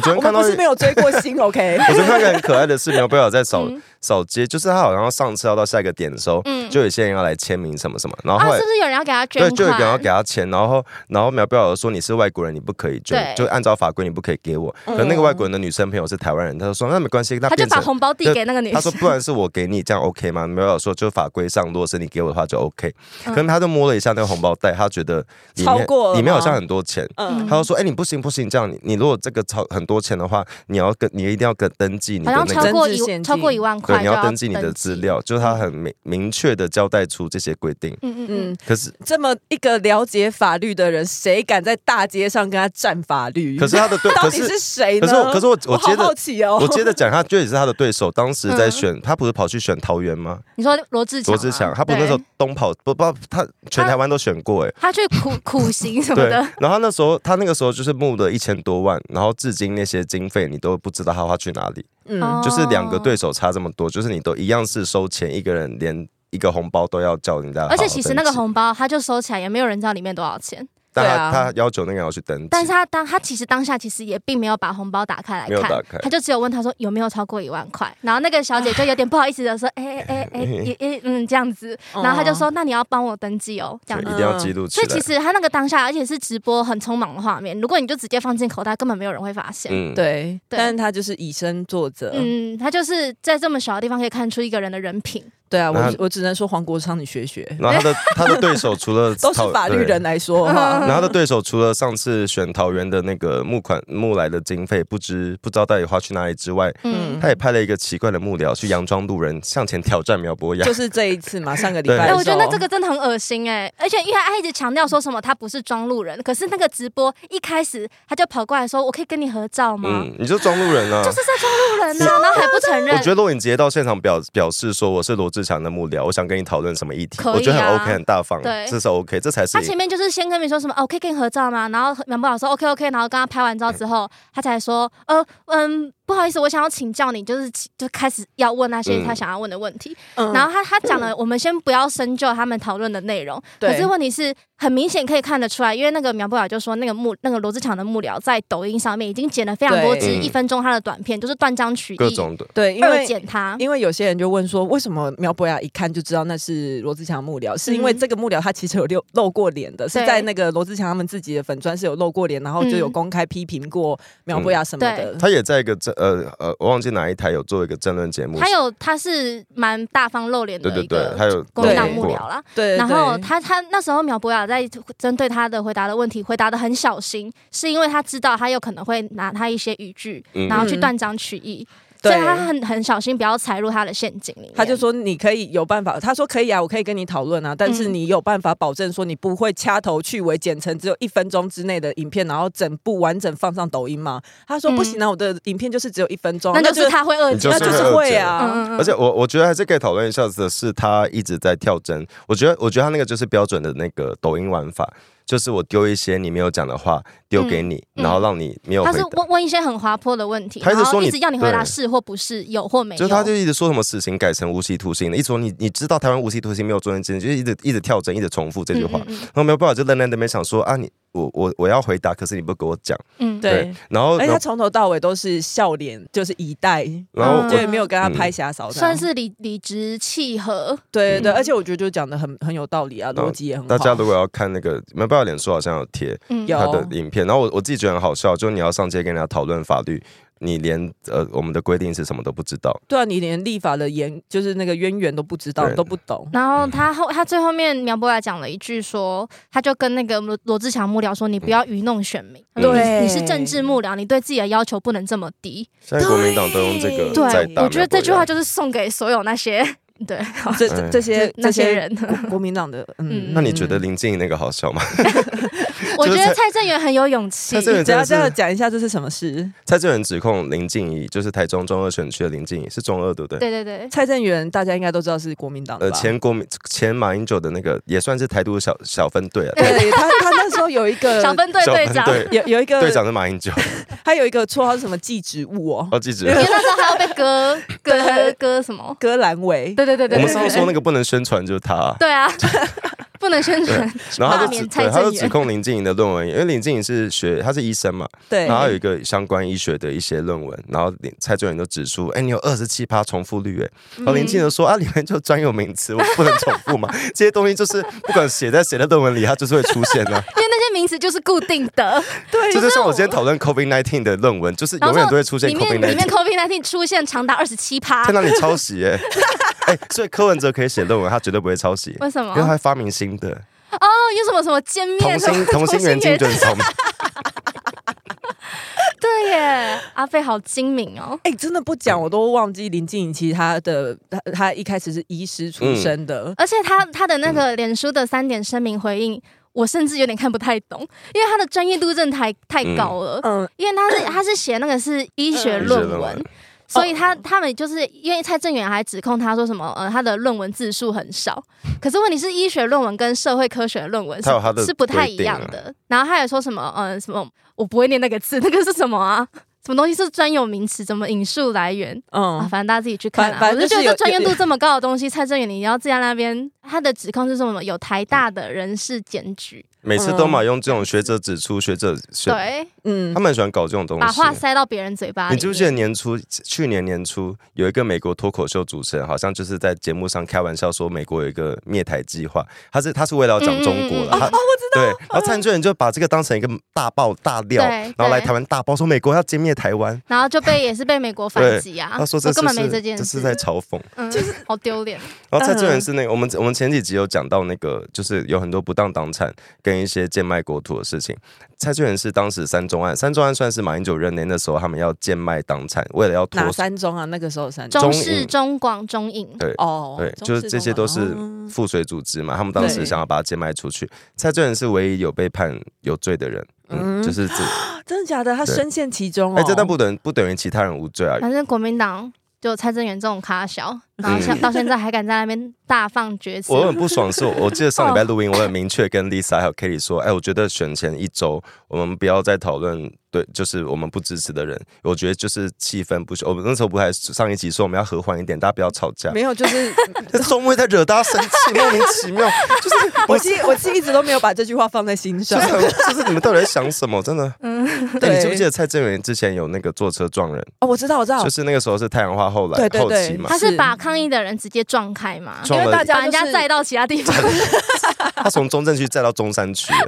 Speaker 1: 我
Speaker 2: 昨天
Speaker 1: 们
Speaker 2: 看到
Speaker 1: 不是没有追过星
Speaker 2: [LAUGHS]
Speaker 1: ，OK？
Speaker 2: 我就看到一个很可爱的视频，我不晓得在扫
Speaker 3: 嗯
Speaker 2: 扫街，就是他好像上车要到下一个点的时候，
Speaker 3: 嗯
Speaker 2: 就有些人要来签名什么什么，然后后
Speaker 3: 啊，
Speaker 2: 来
Speaker 3: 是不是有人要给他捐
Speaker 2: 对，
Speaker 3: 款？
Speaker 2: 就有人要给他钱，然后然后苗不晓得说你是外国人，你不可以捐，
Speaker 3: 对
Speaker 2: 就按照法规你不可以给我。
Speaker 1: 嗯
Speaker 2: 可那个外国人的女生朋友是台湾人，他就说那没关系，那
Speaker 3: 他就
Speaker 2: 变
Speaker 3: 把
Speaker 2: 成。
Speaker 3: 红包递给那个女
Speaker 2: 他
Speaker 3: 生。
Speaker 2: 说：“不然是我给你，这样 OK 吗？”苗不晓得说：“就法规上，如果是你给我的话就 OK。”可能他就摸了一下那个红包袋，他觉得里
Speaker 1: 超
Speaker 2: 面
Speaker 1: 过了
Speaker 2: 里面好
Speaker 1: 吗
Speaker 2: 像很多钱，
Speaker 1: 嗯，
Speaker 2: 他就说：“哎、你不行不行，这样你你如果这个超很多钱的话，你要跟你一定要跟登记你的
Speaker 3: 好
Speaker 2: 那
Speaker 3: 像超
Speaker 2: 个，
Speaker 3: 过
Speaker 1: 政治现
Speaker 3: 一
Speaker 1: 金
Speaker 3: 超过一万块
Speaker 2: 对，
Speaker 3: 就
Speaker 2: 你
Speaker 3: 要
Speaker 2: 要登记你的资。料，就是他很明明确的交代出这些规定。
Speaker 3: 嗯嗯
Speaker 1: 嗯，
Speaker 2: 可是
Speaker 1: 这么一个了解法律的人，谁敢在大街上跟他站法律？ [LAUGHS]
Speaker 2: 可是他的
Speaker 3: [LAUGHS]
Speaker 2: 对，
Speaker 1: 到
Speaker 2: 可
Speaker 1: 底
Speaker 2: 是
Speaker 1: 是谁呢？
Speaker 2: 可是我可是我我
Speaker 1: 好
Speaker 2: 接着
Speaker 1: 好奇哦，
Speaker 2: 我接着讲，他确实是他的对手，当时在
Speaker 3: 嗯
Speaker 2: 选，他不是跑去选桃园吗？
Speaker 3: 嗯，你说罗志强
Speaker 2: 罗
Speaker 3: 吗，
Speaker 2: 志强，他不是那时候
Speaker 3: 嗯对啊
Speaker 2: 东跑不不，他全
Speaker 3: 他
Speaker 2: 台湾都选过哎、
Speaker 3: 他去苦 [LAUGHS] 苦行什么
Speaker 2: 对
Speaker 3: 的，，
Speaker 2: 然后那时候他那个时候就是募了一千多万，然后至今那些经费你都不知道他花去哪里。
Speaker 1: 嗯
Speaker 3: 哦
Speaker 2: 就是两个对手差这么多，就是你都一样是收钱，一个人连一个红包都要叫人家好好
Speaker 3: 而
Speaker 2: 登记。
Speaker 3: 且其实那个红包他就收起来，也没有人知道里面多少钱。
Speaker 2: 但他、
Speaker 1: 对啊
Speaker 2: 他要求那个人要去登记，
Speaker 3: 但是他当他其实当下其实也并没有把红包打开来
Speaker 2: 没有
Speaker 3: 看
Speaker 2: 打开，
Speaker 3: 他就只有问他说有没有超过一万块，然后那个小姐就有点不好意思的说，哎哎
Speaker 2: [LAUGHS]
Speaker 3: 哎哎，也也嗯这样子，然后他就说那你要帮我登记哦，这
Speaker 2: 对
Speaker 3: 样
Speaker 2: 一
Speaker 3: 子。
Speaker 2: 定要记录起
Speaker 3: 所以
Speaker 2: 来。
Speaker 3: 其实他那个当下，而且是直播很匆忙的画面，如果你就直接放进口袋，根本没有人会发现。
Speaker 2: 嗯，
Speaker 1: 对，
Speaker 3: 对
Speaker 1: 但是他就是以身作则。
Speaker 3: 嗯，他就是在这么小的地方可以看出一个人的人品。
Speaker 1: 对啊，
Speaker 2: 那
Speaker 1: 我我只能说黄国昌，你学学，
Speaker 2: 然后他的他的对手除
Speaker 3: [LAUGHS]
Speaker 2: 了
Speaker 1: 都是
Speaker 2: 桃
Speaker 1: 法律
Speaker 2: 对
Speaker 1: 人来说哈。
Speaker 2: 然后他的对手除了上次选桃园的那个募款募来的经费不知不知道到底花去哪里之外，
Speaker 1: 嗯
Speaker 2: [LAUGHS]
Speaker 3: 嗯，
Speaker 2: 他也派了一个奇怪的幕僚去佯装路人向前挑战苗博雅
Speaker 1: 就。是这一次嘛，上个礼
Speaker 2: 对
Speaker 1: 拜
Speaker 3: 哎、
Speaker 1: 的时候，
Speaker 3: 我觉得这个真的很恶心哎、而且因为他一直强调说什么他不是装路人，可是那个直播一开始他就跑过来说：“我可以跟你合照吗？”
Speaker 2: 嗯，你就装路
Speaker 3: [LAUGHS]
Speaker 2: 人啊！
Speaker 3: 就是在装路人呢、然后还不承认。
Speaker 2: 我觉得如果你直接到现场表表示说我是罗志祥的幕僚，我想跟你讨论什么议题，
Speaker 3: 可以啊
Speaker 2: 我觉得很 OK，很大方，
Speaker 3: 对
Speaker 2: 这是 OK，这才是
Speaker 3: 他前面就是先跟你说什么哦，我可以跟你合照吗？然后苗博雅说 OK OK，然后跟他拍完照之后，他才说呃嗯，不好意思，我想要请教你，就是请就开始要问那些
Speaker 2: 嗯
Speaker 3: 他想要问的问题。
Speaker 1: 嗯
Speaker 3: 然后他他讲了，我们先不要深究他们讨论的内容，
Speaker 1: 嗯对
Speaker 3: 可是问题是很明显可以看得出来，因为那个苗博雅就说那个幕那个罗志祥的幕僚在抖音上面已经剪了非常多支
Speaker 2: 对
Speaker 3: 一分钟他的短片，就是断章取义，
Speaker 2: 嗯各种的。
Speaker 1: 对，因
Speaker 3: 二
Speaker 1: 为
Speaker 3: 剪他。
Speaker 1: 因为有些人就问说，为什么苗博雅一看就知道那是罗志祥幕僚？是因为
Speaker 3: 嗯
Speaker 1: 这个幕僚他其实有露露过脸的，是
Speaker 3: 对
Speaker 1: 在那个罗志祥他们自己的粉砖是有露过脸，然后就有
Speaker 3: 嗯
Speaker 1: 公开批评过苗博雅什么的。
Speaker 2: 他也在一个这呃呃，我忘记哪一台有做一个争论节目，
Speaker 3: 还有他是蛮大方露脸的
Speaker 2: 对对
Speaker 3: 一个
Speaker 2: 对，还有
Speaker 3: 国民
Speaker 1: 对
Speaker 3: 党
Speaker 2: 弄
Speaker 3: 幕僚
Speaker 2: 过，
Speaker 3: 啦，
Speaker 1: 对，
Speaker 3: 然后
Speaker 1: 对
Speaker 3: 他他那时候苗博雅在针对他的回答的问题回答的很小心，是因为他知道他有可能会拿他一些语句，
Speaker 2: 嗯
Speaker 3: 然后去
Speaker 1: 嗯
Speaker 3: 断章取义，所
Speaker 1: 对
Speaker 3: 以他很很小心不要踩入他的陷阱里面。
Speaker 1: 他就说你可以有办法，他说可以啊，我可以跟你讨论啊，但是
Speaker 3: 嗯
Speaker 1: 你有办法保证说你不会掐头去尾，剪成只有一分钟之内的影片，然后整部完整放上抖音吗？他说
Speaker 3: 嗯
Speaker 1: 不行啊，我的影片就是只有一分钟，
Speaker 3: 那就
Speaker 1: 就是
Speaker 3: 他会恶
Speaker 2: 你
Speaker 3: 作
Speaker 1: 哦那就
Speaker 3: 剧，
Speaker 1: 是
Speaker 2: 会
Speaker 1: 会啊，
Speaker 3: 嗯嗯嗯
Speaker 2: 而且我我觉得还是可以讨论一下子的是，他一直在跳针。我觉得我觉得他那个就是标准的那个抖音玩法，就是我丢一些你没有讲的话丢给你，
Speaker 3: 嗯
Speaker 2: 然后让你没有回
Speaker 3: 他是
Speaker 2: 答。
Speaker 3: 问问一些很滑坡的问题，
Speaker 2: 他一直
Speaker 3: 然后
Speaker 2: 说你
Speaker 3: 一直要你回答
Speaker 2: 对
Speaker 3: 是或不是，有或哎没有。
Speaker 2: 就是他就一直说什么死刑改成无期徒刑的，一直说你你知道台湾无期徒刑没有终身监禁，就是一直一直跳针，一直重复这句话。
Speaker 3: 嗯
Speaker 2: 然后没有办法，就愣愣在那边想说啊，你我我我要回答，可是你不给我讲。
Speaker 3: 嗯嗯嗯
Speaker 1: 对
Speaker 2: 然后
Speaker 1: 而且
Speaker 2: 哦然
Speaker 1: 他
Speaker 2: 后
Speaker 1: 从头到尾都是笑脸，就是一代，
Speaker 2: 然后
Speaker 3: 嗯
Speaker 1: 就
Speaker 2: 我
Speaker 1: 也没有跟他拍瞎嫂这样，
Speaker 3: 算是理理直气和。
Speaker 1: 对对对，
Speaker 3: 嗯
Speaker 1: 而且我觉得就讲的很很有道理啊，
Speaker 2: 后
Speaker 1: 逻辑也很好。
Speaker 2: 大家如果要看那个没有办法，脸书好像有贴
Speaker 3: 嗯
Speaker 1: 有
Speaker 2: 他的影片，然后我我自己觉得很好笑，就是你要上街跟人家讨论法律。你连呃我们的规定是什么都不知道，
Speaker 1: 对啊，你连立法的研就是那个渊源都不知道，
Speaker 2: 对
Speaker 1: 都不懂。
Speaker 3: 然后他后他最后面苗博雅讲了一句说，他就跟那个罗罗志祥幕僚说，你不要愚弄选民，
Speaker 2: 嗯
Speaker 3: 他说你
Speaker 1: 对
Speaker 3: 你是政治幕僚，你对自己的要求不能这么低。
Speaker 2: 现在国民党都用这个
Speaker 1: 对
Speaker 2: 在打。
Speaker 3: 我觉得这句话，就是送给所有那些对
Speaker 1: 这这
Speaker 2: 哎
Speaker 1: 这些
Speaker 3: [LAUGHS] 那
Speaker 1: 这
Speaker 3: 些
Speaker 1: 些
Speaker 3: 人。
Speaker 1: 国民党的，嗯
Speaker 3: 嗯，
Speaker 2: 那你觉得林静怡那个好笑吗？
Speaker 3: 我觉
Speaker 2: 就是
Speaker 3: 得
Speaker 2: 蔡
Speaker 3: 蔡正元很有勇气
Speaker 2: 蔡。正元
Speaker 1: 只
Speaker 2: 真
Speaker 1: 要
Speaker 2: 的
Speaker 1: 这样
Speaker 2: 是，
Speaker 1: 讲一下这是什么事。
Speaker 2: [LAUGHS] 蔡正元指控林静怡，就是台中中二选区的林静怡，是中二对不对？
Speaker 3: 对对对，
Speaker 1: 蔡正元大家应该都知道是国民党的
Speaker 2: 呃，
Speaker 1: 吧？
Speaker 2: 前国民前马英九的那个也算是台独小小分队啊，
Speaker 1: 对他他那时候有一
Speaker 3: [LAUGHS]
Speaker 1: 个
Speaker 3: 小分队
Speaker 2: 小
Speaker 3: 队
Speaker 2: 分 [LAUGHS]
Speaker 3: 长，
Speaker 2: 队
Speaker 1: 有有一个
Speaker 2: 队长是马英九，
Speaker 1: 他有一个绰号是什么记职务哦，
Speaker 2: 哦，记者
Speaker 3: 因。为那时候还要被割割割什么？
Speaker 1: 戈兰维。
Speaker 3: 对对对
Speaker 2: 我
Speaker 3: 对
Speaker 2: 们
Speaker 3: 对
Speaker 2: 上次说
Speaker 3: 对，
Speaker 2: 那个不能宣传就是他啊，
Speaker 3: 对
Speaker 2: [LAUGHS]
Speaker 3: 啊，不能宣传。
Speaker 2: 然后他
Speaker 3: 罢
Speaker 2: 就指
Speaker 3: 免蔡
Speaker 2: 对，他就
Speaker 3: 正
Speaker 2: 指
Speaker 3: 元
Speaker 2: 控林静怡的论文，因为林静怡是学她是医生嘛，
Speaker 1: 对，
Speaker 2: 然后有一个相关医学的一些论文，然后林蔡正元就指出，哎，你有二十七趴重复率，哎，
Speaker 3: 嗯
Speaker 2: 然后林静怡就说啊，里面就专有名词，我不能重复嘛， [LAUGHS] 这些东西就是不管写在谁的论文里，它就是会出现
Speaker 3: [LAUGHS]
Speaker 2: 的、
Speaker 3: 因为那些名词就是固定的，
Speaker 1: 对
Speaker 2: 这就像我今天讨论 COVID nineteen 的论文，就是
Speaker 3: 然
Speaker 2: 永
Speaker 3: 后
Speaker 2: 远都会出现
Speaker 3: 里
Speaker 2: COVID
Speaker 3: 面里
Speaker 2: nineteen
Speaker 3: 面。COVID 1 9出现长达二十七趴
Speaker 2: 天，哪，你抄袭耶、 [LAUGHS] 哎、所以柯文哲可以写论文，他绝对不会抄袭，
Speaker 3: 为什么？
Speaker 2: 因为他会发明新的
Speaker 3: 哦，有什么什么歼灭
Speaker 2: 同
Speaker 3: [LAUGHS] 什么
Speaker 2: 心同心圆精准重。
Speaker 3: [LAUGHS] 对耶，阿飞好精明哦。
Speaker 1: 哎、真的不
Speaker 2: 嗯
Speaker 1: 讲我都忘记林静怡，其实她的她她一开始是医师
Speaker 2: 嗯
Speaker 1: 出身的，
Speaker 3: 而且他他的那个脸书的三点声明回应，我甚至有点看不太懂，因为他的专业度真的太太高了。
Speaker 1: 嗯，
Speaker 3: 因为他
Speaker 2: [COUGHS]
Speaker 3: 是他是写那个是
Speaker 2: 嗯
Speaker 3: 医学
Speaker 2: 医学哦
Speaker 3: 论
Speaker 2: 论文
Speaker 3: 文，所以他他们就是因为蔡正元还指控他说什么呃他的论文字数很少，可是问题是医学论文跟社会科学论文是
Speaker 2: 他有他的
Speaker 3: 是不太一样
Speaker 2: 规啊
Speaker 3: 的。然后他也说什么嗯、呃什么我不会念那个字，那个是什么啊？ [LAUGHS] 什么东西是专有名词？怎么引述来源？
Speaker 2: 哦
Speaker 1: 嗯，
Speaker 3: 啊，反正大家自己去看、啊。
Speaker 1: 反反
Speaker 3: 我
Speaker 1: 正就
Speaker 3: 就
Speaker 1: 是
Speaker 3: 觉得
Speaker 1: 有
Speaker 3: 这专业度这么高的东西，蔡正元你要自己在那边，他的指控是什么？有台大的人事检举，
Speaker 2: 每次都嘛用这种学者指出学者学，
Speaker 3: 嗯对，
Speaker 1: 嗯
Speaker 2: 他，们很喜欢搞这种东
Speaker 3: 把
Speaker 2: 西。
Speaker 3: 话塞到别人嘴巴里
Speaker 2: 啊
Speaker 3: 面。
Speaker 2: 你记不记得年初去年年初有一个美国脱口秀主持人，好像就是在节目上开玩笑说美国有一个灭台计划，他是他是为了要讲中国
Speaker 3: 嗯嗯
Speaker 2: 了，
Speaker 3: 嗯
Speaker 2: 他对，然后蔡正元就把这个当成一个大爆大料
Speaker 3: 对，
Speaker 2: 然后来
Speaker 3: 对
Speaker 2: 台湾大爆说美国要歼灭台湾，
Speaker 3: 然后就被也是被美国反击啊。
Speaker 2: 他说这
Speaker 3: 我根
Speaker 2: 是
Speaker 3: 本没
Speaker 2: 是
Speaker 3: 这件
Speaker 2: 这
Speaker 3: 事，
Speaker 2: 是在嘲讽。
Speaker 3: 嗯，好丢脸。
Speaker 2: 然后蔡
Speaker 1: 嗯
Speaker 2: 正元是那个，我们我们前几集有讲到那个，就是有很多不当党产跟一些贱卖国土的事情。蔡正元是当时三中案，三中案算是马英九任内那时候他们要贱卖党产，为了要脱
Speaker 1: 哪三中啊？那个时候三中
Speaker 3: 中
Speaker 2: 中
Speaker 3: 视、
Speaker 2: 影
Speaker 3: 中广、中影，
Speaker 1: 哦，
Speaker 2: 对，
Speaker 1: 中
Speaker 2: 就是
Speaker 1: 视
Speaker 2: 这些都
Speaker 1: 中
Speaker 2: 是
Speaker 1: 嗯
Speaker 2: 赋水组织嘛，他们当时
Speaker 1: 对
Speaker 2: 想要把它贱卖出去。蔡正元是唯一有被判有罪的人，嗯，
Speaker 1: 嗯
Speaker 2: 就是这，
Speaker 1: 真的假的？他
Speaker 2: 对
Speaker 1: 深陷其中哦，
Speaker 2: 哎，这但不等不等于其他人无罪啊，
Speaker 3: 反正国民党。就蔡正元这种卡小，然
Speaker 1: [LAUGHS]
Speaker 3: 后像
Speaker 2: 嗯
Speaker 3: 到现在还敢在那边大放厥词，
Speaker 2: 我很不爽，是我
Speaker 1: [LAUGHS]
Speaker 2: 我记得上礼
Speaker 1: 哦
Speaker 2: 拜录音，我很明确跟 Lisa 还有 Kitty 说，哎，我觉得选前一周我们不要再讨论对，就是我们不支持的人，我觉得就是气氛不是，我们那时候不还上一集说我们要和缓一点，大家不要吵架。
Speaker 1: 没有，
Speaker 2: [LAUGHS]
Speaker 1: 就是
Speaker 2: 这周末在惹大家生
Speaker 1: [LAUGHS]
Speaker 2: 气，莫名其妙，就是
Speaker 1: 我其实我其实一直都没有把这句话放在心
Speaker 2: 就
Speaker 1: 上
Speaker 2: 是。很就是你们到底在想什么？真的，哎你记不
Speaker 1: 嗯对，
Speaker 2: 记得蔡正元之前有那个坐车撞人，
Speaker 1: 哦，我知道，我知道
Speaker 2: 就，是那个时候是太阳花后来
Speaker 1: 对对
Speaker 2: 后期
Speaker 1: 对 [LAUGHS]
Speaker 2: 嘛
Speaker 3: 他，
Speaker 1: 是
Speaker 3: 是把抗议的人直接撞开嘛，
Speaker 1: 因
Speaker 2: 撞
Speaker 1: 为
Speaker 2: 了
Speaker 1: 大家
Speaker 3: 把人家
Speaker 1: 就是
Speaker 3: 载到其他地
Speaker 2: [LAUGHS]
Speaker 3: 方，
Speaker 2: 他从中正区载到中山
Speaker 1: [LAUGHS]
Speaker 2: 区了，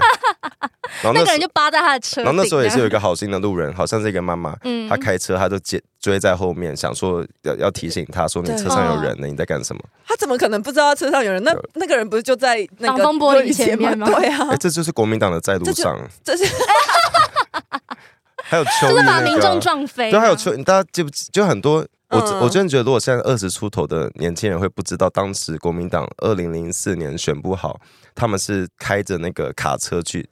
Speaker 2: 然后
Speaker 3: 那
Speaker 2: 那时
Speaker 3: 个
Speaker 2: 候
Speaker 3: 人就扒在他的车顶。啊
Speaker 2: 然后那时候也是有一个好心的路人，好像是一个妈妈，
Speaker 3: 嗯
Speaker 2: 她开车，她就追追在后面，想说要要提醒她说你
Speaker 1: 对
Speaker 2: 车上有人呢，你在干什么？
Speaker 1: 他怎么可能不知道车上有人？那
Speaker 2: 对
Speaker 1: 那个人不是就在那
Speaker 3: 挡
Speaker 1: 个
Speaker 3: 风玻璃
Speaker 1: 轮椅
Speaker 3: 前面吗
Speaker 1: 对啊
Speaker 2: 哎，，这就是国民党的在路上，
Speaker 1: 这是
Speaker 2: 还有秋
Speaker 3: 就
Speaker 2: 玉
Speaker 3: 是把
Speaker 2: 那
Speaker 3: 民
Speaker 2: 个
Speaker 3: 众
Speaker 2: 啊，
Speaker 3: 撞飞啊，
Speaker 2: 对，还有秋，大家记不记？就很多。我
Speaker 1: 嗯
Speaker 2: 我真的觉得，如果现在二十出头的年轻人会不知道，当时国民党二零零四年选不好，他们是开着那个卡车去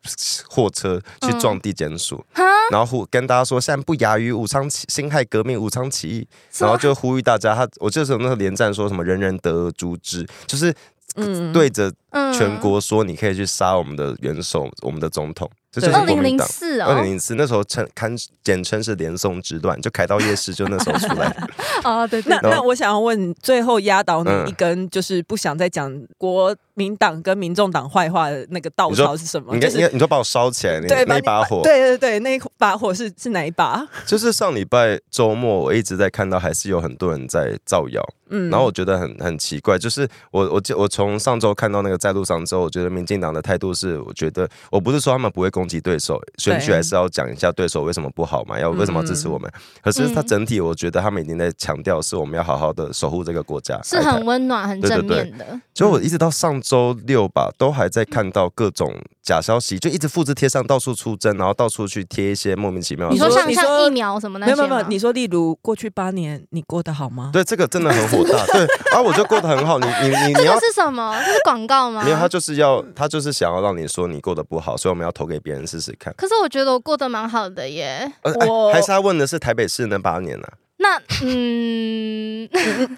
Speaker 2: 货车去撞地检署，
Speaker 3: 哈
Speaker 2: 然后呼跟大家说，现在不亚于武昌起辛亥革命、武昌起义，
Speaker 3: 什
Speaker 2: 然
Speaker 3: 么
Speaker 2: 后就呼吁大家，他我就是有那个连战说什么“人人得而诛之”，就是
Speaker 1: 嗯，
Speaker 2: 对着
Speaker 3: 嗯
Speaker 2: 全国说，你可以去杀我们的元首、我们的总统，这就
Speaker 1: 对
Speaker 2: 是国
Speaker 3: 二零
Speaker 2: 民
Speaker 3: 零
Speaker 2: 党。
Speaker 3: 四
Speaker 2: 二零
Speaker 3: 哦，
Speaker 2: 零四那时候称堪简称是连宋之乱，就凯道夜市就那时候出来，
Speaker 1: [LAUGHS]
Speaker 3: 哦对对
Speaker 1: 那
Speaker 3: 对，
Speaker 1: 那我想要问，最后压倒你
Speaker 2: 嗯
Speaker 1: 一根，就是不想再讲国民党跟民众党坏话的那个稻
Speaker 2: 你说
Speaker 1: 草是什么？
Speaker 2: 你
Speaker 1: 就
Speaker 2: 看，你
Speaker 1: 是
Speaker 2: 看，你说把我烧起来，那
Speaker 1: 对
Speaker 2: 那一
Speaker 1: 你
Speaker 2: 把火，
Speaker 1: 对对对，那一把火是是哪一把？
Speaker 2: 就是上礼拜周末，我一直在看到，还是有很多人在造谣，
Speaker 1: 嗯
Speaker 2: 然后我觉得很很奇怪，就是我我记我从上周看到那个在路上之后，我觉得民进党的态度是，我觉得我不是说他们不会攻击对手，选举
Speaker 1: 对
Speaker 2: 还是要讲一下对手为什么不好嘛，要为什么要支持我们。可是他
Speaker 3: 嗯
Speaker 2: 整体，我觉得他们已经在强调是我们要好好的守护这个国家，
Speaker 3: 是
Speaker 2: 爱台
Speaker 3: 很温暖、很
Speaker 2: 对对
Speaker 3: 正
Speaker 2: 对
Speaker 3: 面的。
Speaker 2: 就我一直到上周六吧，都还在看到各种假消息，就一直复制贴上，到处出征，然后到处去贴一些莫名其妙的
Speaker 3: 你
Speaker 2: 东
Speaker 3: 说
Speaker 2: 西。
Speaker 3: 像
Speaker 1: 你说
Speaker 3: 像疫苗什么那
Speaker 1: 没
Speaker 3: 些
Speaker 1: 有没
Speaker 3: 吗
Speaker 1: 有没有，你说例如过去八年你过得好吗？
Speaker 2: 对，这个真的很火
Speaker 3: [LAUGHS]
Speaker 2: 大。对，啊，我就过得很好。你你你你
Speaker 3: 这
Speaker 2: 要
Speaker 3: 个是什么？这是广告吗？
Speaker 2: 没有，他就是要他就是想要让你说你过得不好，所以我们要投给别人试试看。
Speaker 3: 可是我觉得我过得蛮好的耶。
Speaker 2: 呃，
Speaker 1: 我
Speaker 2: 哎还是他问的是台北市那八年啊，
Speaker 3: 那 [LAUGHS] 嗯，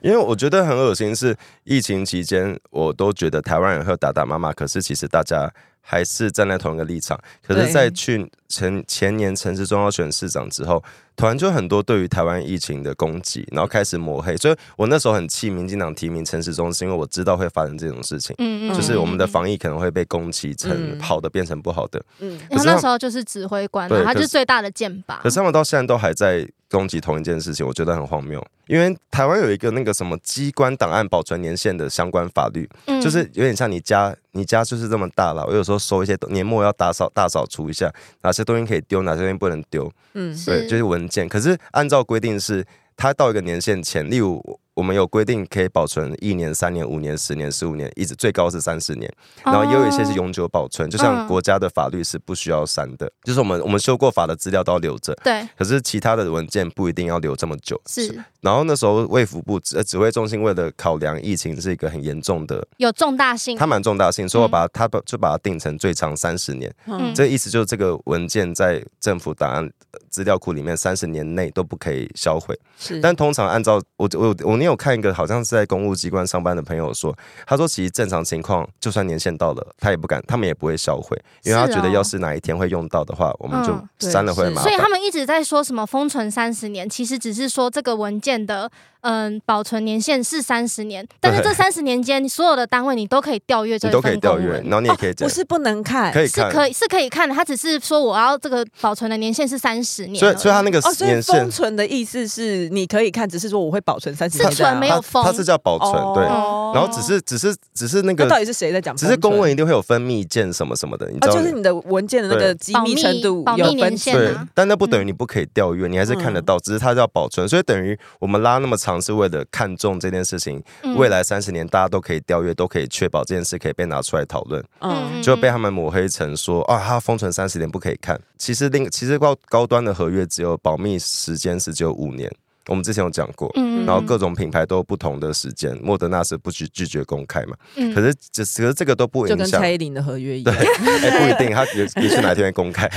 Speaker 2: 因为我觉得很恶心，是疫情期间，我都觉得台湾人会打打骂骂，可是其实大家还是站在同一个立场。可
Speaker 1: 对
Speaker 2: 是，在去前前年城市中要选市长之后，突然就很多对于台湾疫情的攻击，然后开始抹黑，所以我那时候很气民进党提名陈时中，是因为我知道会发生这种事情。
Speaker 3: 嗯嗯，
Speaker 2: 就是我们的
Speaker 3: 房。
Speaker 2: 防疫可能会被攻击成
Speaker 1: 嗯
Speaker 2: 好的变成不好的，
Speaker 1: 嗯，
Speaker 3: 然后
Speaker 2: 可是他
Speaker 3: 那时候就是指挥官嘛，
Speaker 2: 对
Speaker 3: 他就
Speaker 2: 可
Speaker 3: 是
Speaker 2: 是
Speaker 3: 最大的剑拔
Speaker 2: 可。是他们到现在都还在攻击同一件事情，我觉得很荒谬。因为台湾有一个那个什么机关档案保存年限的相关法律，
Speaker 3: 嗯
Speaker 2: 就是有点像你家，你家就是这么大了。我有时候收一些东年末要打扫大扫除一下，哪些东西可以丢，哪些东西不能丢，
Speaker 1: 嗯
Speaker 2: 对，就是文件。可是按照规定是，它到一个年限前，例如我我们有规定可以保存一年、三年、五年、十年、十五年，一直最高是三十年，然后也有一些是
Speaker 3: 哦
Speaker 2: 永久保存，就
Speaker 3: 嗯
Speaker 2: 像国家的法律是不需要删的，就是我们我们修过法的资料都要留着。
Speaker 3: 对
Speaker 2: 可是其他的文件不一定要留这么久，
Speaker 3: 是
Speaker 2: 然后那时候卫福部指呃指挥中心为了考量疫情是一个很严重的
Speaker 3: 有重大性
Speaker 2: 它。蛮重大性，所以
Speaker 3: 嗯
Speaker 2: 我把它把就把它定成最长三十年。
Speaker 1: 嗯
Speaker 2: 这意思就是这个文件在政府档案呃资料库里面三十年内都不可以销毁。
Speaker 1: 是，
Speaker 2: 但通常按照我我我那有看一个好像是在公务机关上班的朋友说，他说其实正常情况就算年限到了，他也不敢，他们也不会销毁，因为他
Speaker 3: 是
Speaker 2: 觉得
Speaker 3: 哦
Speaker 2: 要是哪一天会用到的话，我们
Speaker 3: 嗯
Speaker 2: 就
Speaker 1: 对
Speaker 2: 删了会
Speaker 1: 是
Speaker 2: 很麻
Speaker 3: 所
Speaker 2: 烦
Speaker 3: 以。他们一直在说什么封存三十年，其实只是说这个文件的嗯保存年限是三十年，但是这三十年间所有的单位你都可以调阅这
Speaker 2: 你都可以
Speaker 3: 份公
Speaker 2: 调阅，
Speaker 3: 文哦
Speaker 2: 然后你也可以
Speaker 1: 不
Speaker 2: 讲，
Speaker 1: 哦是不能看，
Speaker 2: 可以
Speaker 3: 是
Speaker 2: 看。
Speaker 3: 可以是可以看的，他只是说我要这个保存的年限是三十年
Speaker 2: 所
Speaker 3: 而已，
Speaker 2: 以，所以他那个
Speaker 1: 哦，所以
Speaker 2: 年
Speaker 1: 封
Speaker 2: 限，
Speaker 1: 存的意思是你可以看，只是说我会保存三十
Speaker 3: 是
Speaker 1: 年的啊，
Speaker 3: 存没有封
Speaker 2: 它是叫保存，对。
Speaker 1: 哦
Speaker 2: 然后只是，只是，只是那个
Speaker 1: 那到底是谁在讲封
Speaker 2: 只
Speaker 1: 存？
Speaker 2: 是公文一定会有分密件什么什么的，你知
Speaker 1: 啊，
Speaker 2: 道吗？
Speaker 1: 就是你的文件的那个机密程度
Speaker 3: 保密
Speaker 1: 有
Speaker 3: 保密
Speaker 1: 分
Speaker 3: 年限
Speaker 1: 寸
Speaker 2: 对
Speaker 3: 啊，
Speaker 2: 但那不
Speaker 1: 嗯
Speaker 2: 等于你不可以调阅，你还是看得到，只是它叫保存，所以等于我们拉那么长是为了看重这件事情，
Speaker 3: 嗯
Speaker 2: 未来三十年大家都可以调阅，都可以确保这件事可以被拿出来讨论，
Speaker 1: 嗯，
Speaker 2: 就被他们抹黑成说啊，它封存三十年不可以看。其实另其实高高端的合约只有保密时间是只有五年，我们之前有讲过，
Speaker 3: 嗯
Speaker 2: 然后各种品牌都有不同的时间，莫德纳是不拒拒绝公开嘛，
Speaker 3: 嗯
Speaker 2: 可是只可是这个都不
Speaker 1: 就
Speaker 2: 影
Speaker 1: 跟
Speaker 2: 响
Speaker 1: 蔡。依林的合约一样 [LAUGHS]
Speaker 2: 对，，哎，不一定，他也也许哪天会公开。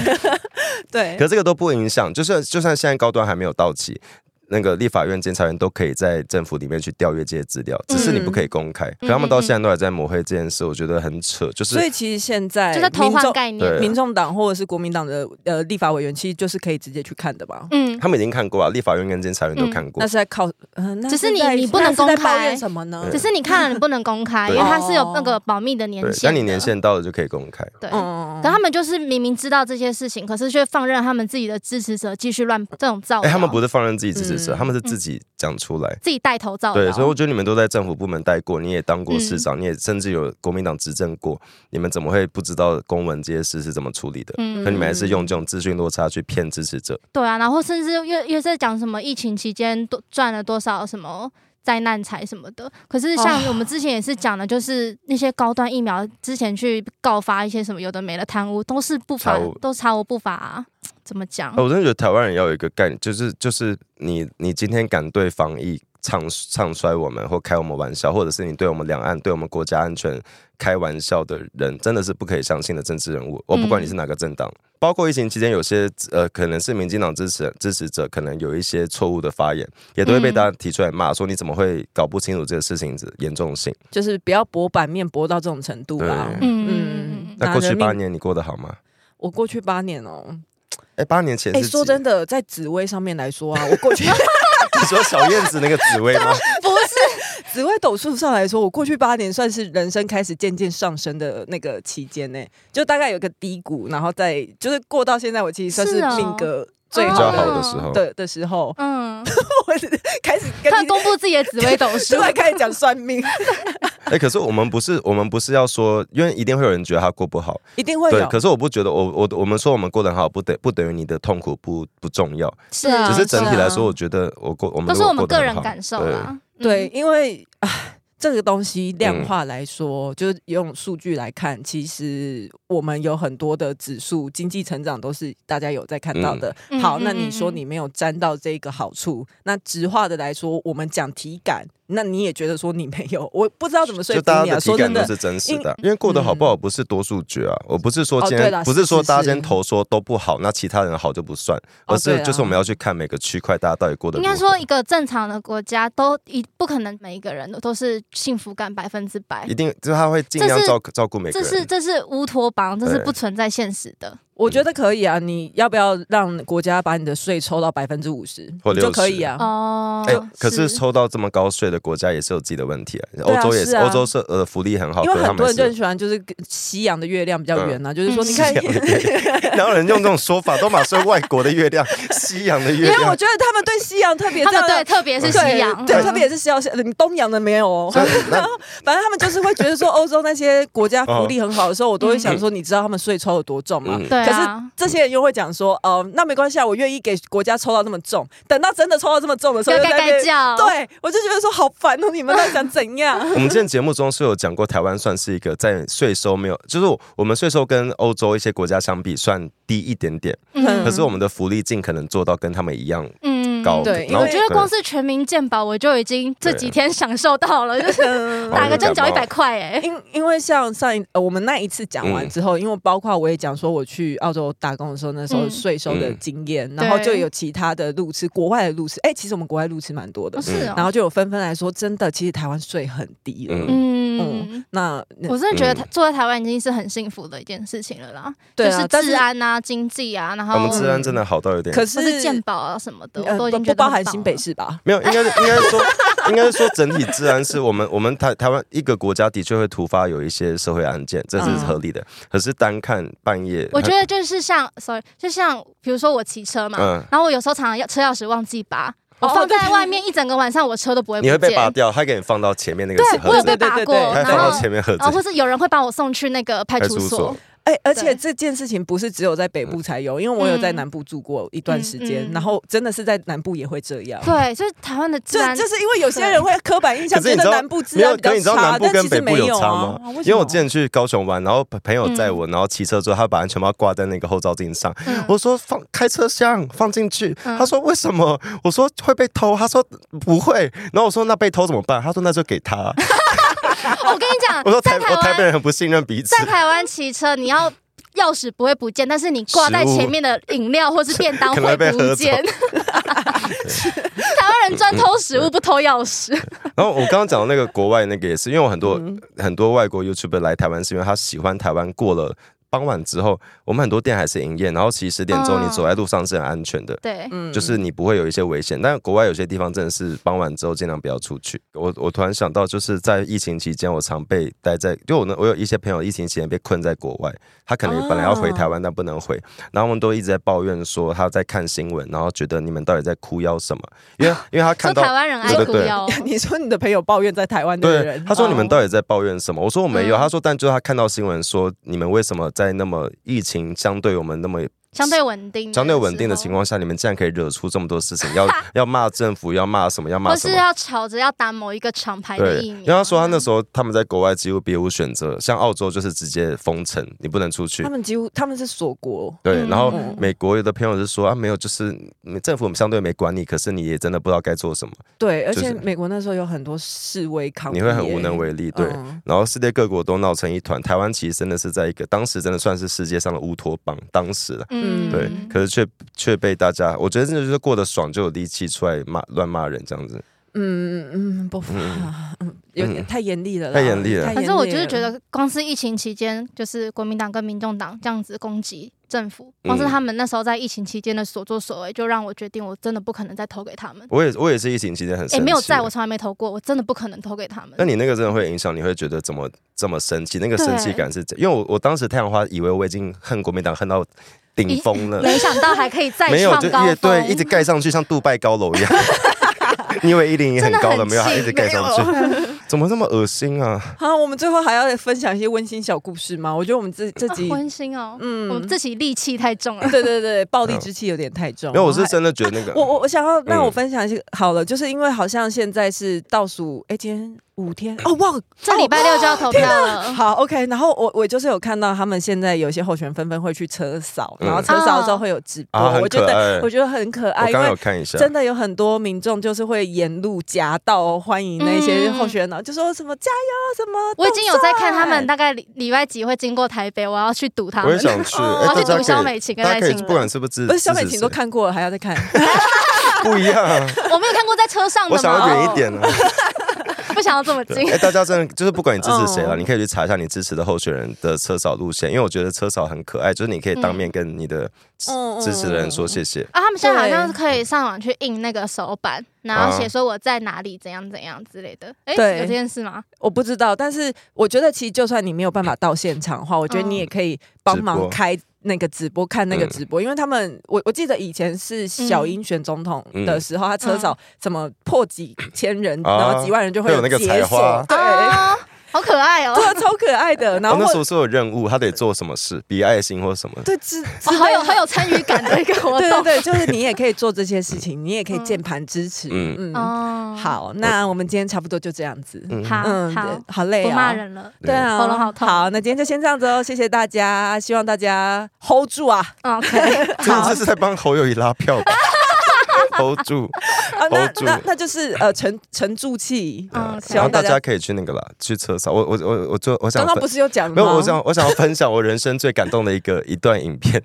Speaker 1: 对
Speaker 2: 可，这个都不影响，就算就算现在高端还没有到期，那个立法院、监察院都可以在政府里面去调阅这些资料，只是你不可以
Speaker 1: 嗯
Speaker 2: 公开。可他们到现在都还在抹黑这件事，我觉得很扯。就是
Speaker 1: 所以其实现在
Speaker 3: 就在偷
Speaker 1: 哎民
Speaker 3: 换
Speaker 1: 众
Speaker 3: 概念，
Speaker 2: 对啊
Speaker 1: 民众党或者是国民党的呃立法委员，其实就是可以直接去看的吧。
Speaker 3: 嗯，
Speaker 2: 他们已经看过啊，立法院跟监察院都看过
Speaker 1: 那。是在靠，嗯，那
Speaker 3: 只是你
Speaker 1: 在
Speaker 3: 你不能
Speaker 1: 那是在
Speaker 3: 公开
Speaker 1: 抱怨什么呢？
Speaker 3: 只是你看了你不能公开，因
Speaker 2: 对
Speaker 3: 为它是有那
Speaker 1: 哦
Speaker 3: 个保密的年
Speaker 2: 对，
Speaker 3: 限
Speaker 2: 但
Speaker 3: 的。
Speaker 2: 你年限到了就可以公开。
Speaker 3: 对。
Speaker 1: 嗯，
Speaker 3: 可他们就是明明知道这些事情，可是却放任他们自己的支持者继续乱这种造谣。
Speaker 2: 哎、他们不是放任自己支持者，
Speaker 1: 哦嗯哦
Speaker 2: 他们是自己讲出来。
Speaker 3: 自己带头造谣。
Speaker 2: 对，所以我觉得你们都在政府部门待过，你也当过
Speaker 1: 嗯
Speaker 2: 市长，你也甚至有国民党执政过，你们怎么会不知道公文这些事是怎么处理的？
Speaker 3: 嗯
Speaker 2: 可你们还是用这种资讯落差去骗支持者。
Speaker 3: 对啊，然后甚至又又在讲什么疫情期间多赚了多少什么灾难财什么的。可是
Speaker 1: 哦
Speaker 3: 像我们之前也是讲的，就是那些高端疫苗之前去告发一些什么有的没的贪污，都是不法
Speaker 2: 贪污，
Speaker 3: 都查无不法、啊。怎么讲？
Speaker 2: 哦我真的觉得台湾人要有一个概念，就是就是你你今天敢对防疫唱唱衰我们或开我们玩笑，或者是你对我们两岸对我们国家安全开玩笑的人，真的是不可以相信的政治人物。我不
Speaker 1: 嗯
Speaker 2: 管你是哪个政党，包括疫情期间有些呃可能是民进党支持支持者，可能有一些错误的发言，也都会被
Speaker 3: 嗯
Speaker 2: 大家提出来骂，说你怎么会搞不清楚这个事情的严重性？
Speaker 1: 就是不要博版面博到这种程度啦。
Speaker 2: 对
Speaker 3: 嗯嗯嗯
Speaker 2: 那过去
Speaker 1: 拿
Speaker 2: 八，
Speaker 1: 人命
Speaker 2: 年你过得好吗？
Speaker 1: 我过去八年哦，
Speaker 2: 哎，八年前
Speaker 1: 哎，
Speaker 2: 是
Speaker 1: 说真
Speaker 2: 的，
Speaker 1: 的，在紫薇上面来说啊，我过去
Speaker 2: 你说小燕子那个紫薇吗？
Speaker 1: 不是紫薇斗数上来说，我过去八年算是人生开始渐渐上升的那个期间呢，就大概有个低谷，然后再就是过到现在，我其实算
Speaker 3: 是
Speaker 1: 是
Speaker 3: 哦
Speaker 1: 命格最
Speaker 2: 比
Speaker 3: 哦
Speaker 2: 较好的时候，
Speaker 1: 的的时
Speaker 3: [LAUGHS]
Speaker 1: 候， [LAUGHS]
Speaker 3: 嗯，
Speaker 1: 我是开始跟
Speaker 3: 他
Speaker 1: 你
Speaker 3: 公布自己的紫微斗
Speaker 1: [LAUGHS]
Speaker 3: 数
Speaker 1: 突，然开始讲算
Speaker 2: [LAUGHS]
Speaker 1: 命，
Speaker 2: 哎、可是我们不是，我们不是要说，因为一定会有人觉得他过不好，
Speaker 1: 一定会
Speaker 2: 对。
Speaker 1: 有。
Speaker 2: 可是我不觉得，我我我们说我们过得很好，不等不等于你的痛苦不不重要，
Speaker 3: 是
Speaker 1: 啊
Speaker 2: 只是整体
Speaker 1: 是啊
Speaker 2: 来说，我觉得我过我们
Speaker 3: 都是
Speaker 2: 如
Speaker 3: 我
Speaker 2: 果过
Speaker 3: 们
Speaker 2: 得
Speaker 3: 个
Speaker 2: 很
Speaker 3: 人啊
Speaker 2: 好
Speaker 3: 感受
Speaker 2: 对嗯
Speaker 3: 啦。
Speaker 1: 对，因为唉啊这个东西量化来说，就是用数据来看，其实我们有很多的指数，经济成长都是大家有在看到的。
Speaker 3: 嗯
Speaker 1: 好，
Speaker 3: 嗯
Speaker 1: 那
Speaker 3: 嗯
Speaker 1: 你
Speaker 3: 嗯
Speaker 1: 说你没有沾到这个好处，那直化的来说，我们讲体感，那你也觉得说你没有，我不知道怎么说
Speaker 2: 就
Speaker 1: 服
Speaker 2: 大
Speaker 1: 你
Speaker 2: 家
Speaker 1: 啊。
Speaker 2: 的体
Speaker 1: 说真
Speaker 2: 感都
Speaker 1: 的，
Speaker 2: 是真实的，因为过得好不好不是多数决啊，我不是说今
Speaker 1: 哦对
Speaker 2: 天
Speaker 1: 啦
Speaker 2: 不是说
Speaker 1: 是是
Speaker 2: 大家今
Speaker 1: 是
Speaker 2: 天投说都不好，那其他人好就不算，
Speaker 1: 哦
Speaker 2: 而
Speaker 1: 对
Speaker 2: 是
Speaker 1: 啊
Speaker 2: 就是我们要去看每个区块大家到底过得
Speaker 3: 应
Speaker 2: 如何
Speaker 3: 该说，一个正常的国家都一不可能每一个人都是幸福感百分之百
Speaker 2: 一，定就是他会尽量
Speaker 3: 这是
Speaker 2: 照照顾每个
Speaker 3: 这是
Speaker 2: 人，
Speaker 3: 这是乌托邦，这是
Speaker 2: 对
Speaker 3: 不存在现实的。
Speaker 1: 我
Speaker 2: 嗯
Speaker 1: 觉得可以啊。你要不要让国家把你的税抽到百分之五十，
Speaker 2: 或
Speaker 1: 你就
Speaker 2: 60%
Speaker 1: 可以啊？
Speaker 3: 哦
Speaker 2: 哎，可是抽到这么高税的国家也是有自己的问题啊，欧洲也
Speaker 1: 是
Speaker 2: 是，
Speaker 1: 啊
Speaker 2: 欧洲是呃福利很好，
Speaker 1: 因
Speaker 2: 可
Speaker 1: 为
Speaker 2: 是他
Speaker 1: 很多人
Speaker 2: 们
Speaker 1: 就很
Speaker 2: 是。
Speaker 1: 喜欢，就是夕阳的月亮比较圆啊，就是说，你
Speaker 3: 嗯
Speaker 1: 看，
Speaker 2: 西洋的
Speaker 1: [LAUGHS]
Speaker 2: 月亮 [LAUGHS] 然后人用这种说法，都马是外国的月亮，西洋的
Speaker 1: 因
Speaker 2: 月
Speaker 1: 为我
Speaker 2: 亮。
Speaker 1: 觉得他们对夕阳特别
Speaker 3: 他
Speaker 1: 这
Speaker 3: 们
Speaker 1: 样
Speaker 3: 对，特别是
Speaker 1: 对
Speaker 3: 西洋，
Speaker 1: 对，
Speaker 3: 嗯
Speaker 1: 特别也是西洋，嗯东洋的没有哦。
Speaker 2: 所以那
Speaker 1: [LAUGHS] 反正他们就是会觉得说，欧洲那些国家福利很好的时候，我都会想说，你知道他们税抽有多重吗？
Speaker 2: 哦嗯
Speaker 3: 对
Speaker 1: 可是
Speaker 3: 啊。
Speaker 1: 这些人又会讲说，哦、那没关系啊，我愿意给国家抽到那么重。等到真的抽到这么重的时候，
Speaker 3: 要
Speaker 1: 又在
Speaker 3: 该
Speaker 1: 那
Speaker 3: 该
Speaker 1: 边
Speaker 3: 叫，
Speaker 1: 对我就觉得说好烦哦，你们到底想怎样？
Speaker 2: 我们之前节目中是有讲过，台湾算是一个在税收没有，就是我们税收跟欧洲一些国家相比算低一点点，
Speaker 1: 嗯
Speaker 2: 可是我们的福利尽可能做到跟他们一样
Speaker 3: 嗯
Speaker 2: 高。
Speaker 1: 对因
Speaker 2: 然
Speaker 1: 为
Speaker 2: 后
Speaker 3: 我觉得光是全民健保，我就已经这几天享受到了，就是
Speaker 1: 嗯
Speaker 3: 打个针缴一
Speaker 2: 感冒
Speaker 3: 百块，哎，
Speaker 1: [LAUGHS] 因因为像上一、呃、我们那一次讲完
Speaker 2: 嗯
Speaker 1: 之后，因为包括我也讲说我去澳洲打工的时候，那时候
Speaker 3: 嗯
Speaker 1: 税收的
Speaker 2: 嗯
Speaker 1: 经验，然后
Speaker 3: 对
Speaker 1: 就有其他的路痴，国外的路痴，哎、其实我们国外路痴蛮多的
Speaker 3: 不，是哦，
Speaker 1: 然后就有纷纷来说，真的，其实台湾税很低了。
Speaker 2: 嗯
Speaker 3: 嗯，
Speaker 1: 那那
Speaker 3: 我真的觉得台住在台湾已经是很幸福的一件事情了啦，
Speaker 1: 对
Speaker 3: 就
Speaker 1: 啊，
Speaker 3: 是
Speaker 1: 但
Speaker 3: 治安啊、经济啊，然后
Speaker 2: 哦我们治安真的好到有点，
Speaker 1: 哦可
Speaker 3: 或是健保啊什么的，
Speaker 1: 呃
Speaker 3: 我都已经
Speaker 1: 不
Speaker 3: 觉
Speaker 1: 不
Speaker 3: 得
Speaker 1: 包
Speaker 3: 很
Speaker 1: 含
Speaker 3: 棒
Speaker 1: 新北
Speaker 3: 了
Speaker 1: 市吧？
Speaker 2: 没有，应该是应该是说，应该是说整体治安是我们 [LAUGHS] 我们台台湾一个国家的确会突发有一些社会案件，这是合理的。可是单看半夜，
Speaker 3: 嗯我觉得就是像，sorry，就像比如说我骑车嘛，
Speaker 2: 嗯
Speaker 3: 然后我有时候常常要车钥匙忘记拔，我
Speaker 1: 哦
Speaker 3: 放
Speaker 1: 对
Speaker 3: 在外面一整个晚上，我车都不会不
Speaker 2: 你会
Speaker 3: 见。
Speaker 2: 被拔掉，他给你放到前面那个
Speaker 3: 对，我
Speaker 2: 盒
Speaker 3: 有
Speaker 2: 子，
Speaker 3: 被拔
Speaker 1: 对对
Speaker 3: 过，
Speaker 1: 对
Speaker 2: 他
Speaker 1: 被
Speaker 2: 放
Speaker 3: 然
Speaker 2: 到
Speaker 3: 后
Speaker 2: 前面盒子
Speaker 3: 然后。或是有人会把我送去那个派
Speaker 2: 派
Speaker 3: 出
Speaker 2: 出
Speaker 3: 所
Speaker 2: 所，，
Speaker 1: 哎、而且
Speaker 3: 对嗯
Speaker 1: 这件事情不是只有在北
Speaker 2: 嗯
Speaker 1: 部才有，因为我有在南部住过一段时间，
Speaker 3: 嗯嗯嗯
Speaker 1: 然后真的是在南部也会这样。
Speaker 3: 对，就是台湾的治
Speaker 1: 这
Speaker 3: 安，
Speaker 1: 就是因为有些人会刻板印象，
Speaker 2: 可是
Speaker 1: 觉
Speaker 2: 你
Speaker 1: 得
Speaker 2: 知道
Speaker 1: 南部治
Speaker 2: 没有
Speaker 1: 安比，
Speaker 2: 可
Speaker 1: 较
Speaker 2: 是你知道
Speaker 1: 差，
Speaker 2: 南部
Speaker 1: 但
Speaker 2: 跟
Speaker 1: 其
Speaker 2: 北
Speaker 1: 实
Speaker 2: 部
Speaker 1: 没
Speaker 2: 有
Speaker 1: 有
Speaker 2: 差
Speaker 1: 啊
Speaker 2: 吗？。
Speaker 1: 啊
Speaker 2: 因为我之前去高雄玩，然后朋友载
Speaker 3: 嗯
Speaker 2: 我，然后骑车之后，他把安全帽挂在那个后照镜上。
Speaker 3: 嗯
Speaker 2: 我说放开车厢放进去，
Speaker 3: 嗯
Speaker 2: 他说为什么？我说会被偷，他说不会。然后我说那被偷怎么办？他说那就给他。
Speaker 3: 哦我跟你讲，
Speaker 2: [LAUGHS] 我说台
Speaker 3: 在台
Speaker 2: 我台北
Speaker 3: 湾，
Speaker 2: 人很不信任彼此
Speaker 3: 在。台湾骑车你要。钥匙不会不见，但是你挂在
Speaker 2: 食物
Speaker 3: 前面的饮料或是便当
Speaker 2: 可能
Speaker 3: 会
Speaker 2: 会被
Speaker 3: 不
Speaker 2: 喝
Speaker 3: 见。台 [LAUGHS] 湾人专偷食物不偷钥匙，
Speaker 2: [LAUGHS] 然后我刚刚讲的那个国外那个也是，因为我很多、
Speaker 3: 嗯
Speaker 2: 很多外国 YouTuber 来台湾是因为他喜欢台湾过了。傍晚之后，我们很多店还是营业，然后其实十点钟
Speaker 3: 嗯
Speaker 2: 你走在路上是很安全的。
Speaker 3: 对，
Speaker 1: 嗯
Speaker 2: 就是你不会有一些危险。但国外有些地方真的是傍晚之后尽量不要出去。我我突然想到，就是在疫情期间，我常被待在，就我呢，我有一些朋友疫情期间被困在国外，他可能本来要回台
Speaker 3: 哦
Speaker 2: 湾，但不能回，然后他们都一直在抱怨说他在看新闻，然后觉得你们到底在哭腰什么？因为因为他
Speaker 3: 说
Speaker 2: 看到
Speaker 3: 台湾人爱
Speaker 2: 对对
Speaker 3: 哭
Speaker 2: 对
Speaker 3: 腰，
Speaker 1: [LAUGHS] 你说你的朋友抱怨在台湾的
Speaker 2: 对
Speaker 1: 人，，嗯
Speaker 2: 他说你们
Speaker 1: 都
Speaker 2: 到底在抱怨什么？我说我没有。
Speaker 3: 哦嗯
Speaker 2: 他说，但就是他看到新闻说，你们为什么在那么疫情相对我们那么
Speaker 3: 相对稳定，
Speaker 2: 相对稳定的情，况下，你们竟然可以惹出这么多事情，
Speaker 1: [LAUGHS]
Speaker 2: 要要骂政府，要骂什么，要骂
Speaker 3: 或
Speaker 2: 什
Speaker 3: 是
Speaker 2: 么。
Speaker 3: 要吵着要打某一个厂牌的
Speaker 2: 对，
Speaker 3: 疫苗。
Speaker 2: 因为他说他那时候他们在国外几乎别无选择，像澳洲就是直接封城，你不能出去
Speaker 1: 他。们几乎他们是锁国，
Speaker 2: 对，然后
Speaker 1: 嗯
Speaker 2: 美国有的朋友是说啊，没有，就是嗯政府相对没管你，可是你也真的不知道该做什么，
Speaker 1: 对，而
Speaker 2: 就
Speaker 1: 且
Speaker 2: 是
Speaker 1: 美国那时候有很多示威抗议，
Speaker 2: 你会很无能为力。对，
Speaker 1: 嗯
Speaker 2: 然后世界各国都闹成一团，台湾其实真的是在一个当时真的算是世界上的乌托邦，当时的。
Speaker 1: 嗯
Speaker 2: 对，可是却却被大家，我觉得真的就是过得爽就有力气出来骂乱骂人这样子。
Speaker 1: 嗯嗯，不， [LAUGHS] 嗯有点
Speaker 2: 嗯
Speaker 1: 太严厉了啦，
Speaker 2: 太严厉了
Speaker 1: 太
Speaker 3: 反正我
Speaker 1: 严
Speaker 3: 就
Speaker 1: 厉
Speaker 3: 是
Speaker 1: 了
Speaker 3: 觉，得，光是疫情期间，就是国民党跟民众党这样子攻击政府，光是
Speaker 2: 嗯
Speaker 3: 他们那时候在疫情期间的所作所为，就让我决定，我真的不可能再投给他们。
Speaker 2: 我也我也是疫情期间很生
Speaker 3: 诶，
Speaker 2: 气，啊
Speaker 3: 没有在，我从来没投过，我真的不可能投给他们
Speaker 2: 那。你那个真的会影响，你会觉得怎么这么生气？那个生气感是怎，因为我我当时太阳花以为我已经恨国民党恨到顶峰
Speaker 3: [LAUGHS]
Speaker 2: 了，
Speaker 3: 没想到还可以再
Speaker 2: [LAUGHS] 没有
Speaker 3: 创
Speaker 2: 就
Speaker 3: 高
Speaker 2: 乐队一
Speaker 3: 峰
Speaker 2: 直，盖上去，像杜拜高楼一
Speaker 3: [LAUGHS]
Speaker 2: 样。你以为一零也很高了没有？它
Speaker 3: 真的很气
Speaker 2: 一直盖上去，怎么那么恶心啊？
Speaker 1: 好，我们最后还要分享一些温馨小故事吗？我觉得我们这这
Speaker 3: 啊
Speaker 1: [LAUGHS] 集，
Speaker 3: 温馨哦，
Speaker 1: 嗯
Speaker 3: 我们自己戾气太重了。
Speaker 1: 对对对，暴力之气有点太重，
Speaker 2: 没有，我是
Speaker 1: 还
Speaker 2: 真的觉得那个
Speaker 1: 我我我想要，那
Speaker 2: 嗯
Speaker 1: 我分享一些好了，就是因为好像现在是倒数，哎、今天五天哦，忘了
Speaker 3: [LAUGHS] 这礼拜六就要投票了。
Speaker 1: 好，OK。然后我我就是有看到他们现在有些候选人纷纷会去车扫，
Speaker 2: 嗯
Speaker 1: 然后车扫的时候会有直播，
Speaker 2: 啊很
Speaker 1: 我觉
Speaker 2: 可
Speaker 1: 得
Speaker 2: 爱
Speaker 1: 我觉得很可爱，
Speaker 2: 我
Speaker 1: 因
Speaker 2: 刚刚有
Speaker 1: 为
Speaker 2: 看一下，
Speaker 1: 真的有很多民众就是会沿路夹道哦欢迎那些候选人，然后就说什么加油什么。
Speaker 3: 嗯我已经有在看他们，
Speaker 1: 的，
Speaker 3: 大概礼礼拜几会经过台北，我要去堵他
Speaker 2: 我
Speaker 3: 们
Speaker 2: 也。想去，
Speaker 1: 哦
Speaker 2: 哎
Speaker 3: 啊我要去
Speaker 2: 大
Speaker 3: 赌
Speaker 2: 家可
Speaker 3: 肖
Speaker 2: 以
Speaker 3: 美琴跟
Speaker 2: 大
Speaker 3: 赖
Speaker 2: 家可以
Speaker 3: 清
Speaker 2: 不
Speaker 3: 德，
Speaker 2: 管是不是，
Speaker 1: 不是小美琴都
Speaker 2: 看
Speaker 1: 看过了，还要再看。
Speaker 2: 不一样啊，
Speaker 3: [LAUGHS] 我没有看过在车上
Speaker 2: 我
Speaker 3: 的
Speaker 2: 想要
Speaker 3: 嘛，
Speaker 2: 远一点啊。
Speaker 3: 不想要这么近。
Speaker 2: 哎、大家真
Speaker 1: [LAUGHS]
Speaker 2: 的就是不管你支持谁了，
Speaker 1: 嗯
Speaker 2: 你可以去查一下你支持的候选人的车扫路线，因为我觉得车扫很可爱，就是你可以当面跟你的支
Speaker 1: 嗯
Speaker 2: 支持的人说谢谢。
Speaker 3: [LAUGHS] 啊，他们现在好像是
Speaker 1: 对
Speaker 3: 可以上网去印那个手板，然
Speaker 2: 啊
Speaker 3: 后写说我在哪里，怎样怎样之类的。哎、
Speaker 1: 对
Speaker 3: 有这件事吗？
Speaker 1: 我不知道，但是我觉得其实就算你没有办法到现场的话，我觉得
Speaker 3: 嗯
Speaker 1: 你也可以帮
Speaker 2: 直
Speaker 1: 忙
Speaker 2: 播嗯
Speaker 1: 开那个直播，看那个直播，因为他们我我记得以前是
Speaker 3: 嗯
Speaker 1: 小英选总统的时候，他车少怎么破几千人，
Speaker 2: 嗯啊
Speaker 1: 然后几万人就会
Speaker 2: 会有那个
Speaker 1: 解
Speaker 2: 采花
Speaker 1: 锁，对。
Speaker 3: 啊，好可爱哦、
Speaker 1: 对啊，超可爱的，然
Speaker 2: 哦，
Speaker 1: 后
Speaker 2: 那
Speaker 1: 或
Speaker 2: 时候是有任务，他得做什么事，比爱心或什么。
Speaker 1: 对之，
Speaker 3: 哦好有好有参与感 [LAUGHS] 的一个活
Speaker 1: 对
Speaker 3: 动
Speaker 1: 对。对，就是你也可以做这些事情，你也可以键盘支持，嗯
Speaker 2: 嗯
Speaker 1: 嗯，
Speaker 3: 哦，
Speaker 1: 好，那我们今天差不多就这样子，
Speaker 2: 嗯
Speaker 3: 好
Speaker 1: 嗯，
Speaker 3: 好，
Speaker 1: 好累
Speaker 3: 不
Speaker 1: 啊，
Speaker 3: 骂人了。
Speaker 1: 对啊，
Speaker 3: 喉咙好痛
Speaker 1: 好，那今天就先这样子哦，谢谢大家，希望大家 hold 住啊。
Speaker 3: 嗯，
Speaker 1: [LAUGHS]
Speaker 3: 可以。
Speaker 2: 真的是在帮侯友谊拉票吧，hold 住。
Speaker 1: 啊，那
Speaker 2: hold 住
Speaker 1: 那那就是呃沉沉住气。呃
Speaker 3: 嗯，可以
Speaker 1: 希
Speaker 2: 然后
Speaker 1: 望
Speaker 2: 大
Speaker 1: 大家
Speaker 2: 家可以去那个啦，去车扫。我我我我就我想
Speaker 1: 刚刚
Speaker 2: 分
Speaker 1: 不是有讲
Speaker 2: 没
Speaker 1: 吗？
Speaker 2: 有，我想我想要分享我人生最感动的一个一段影片。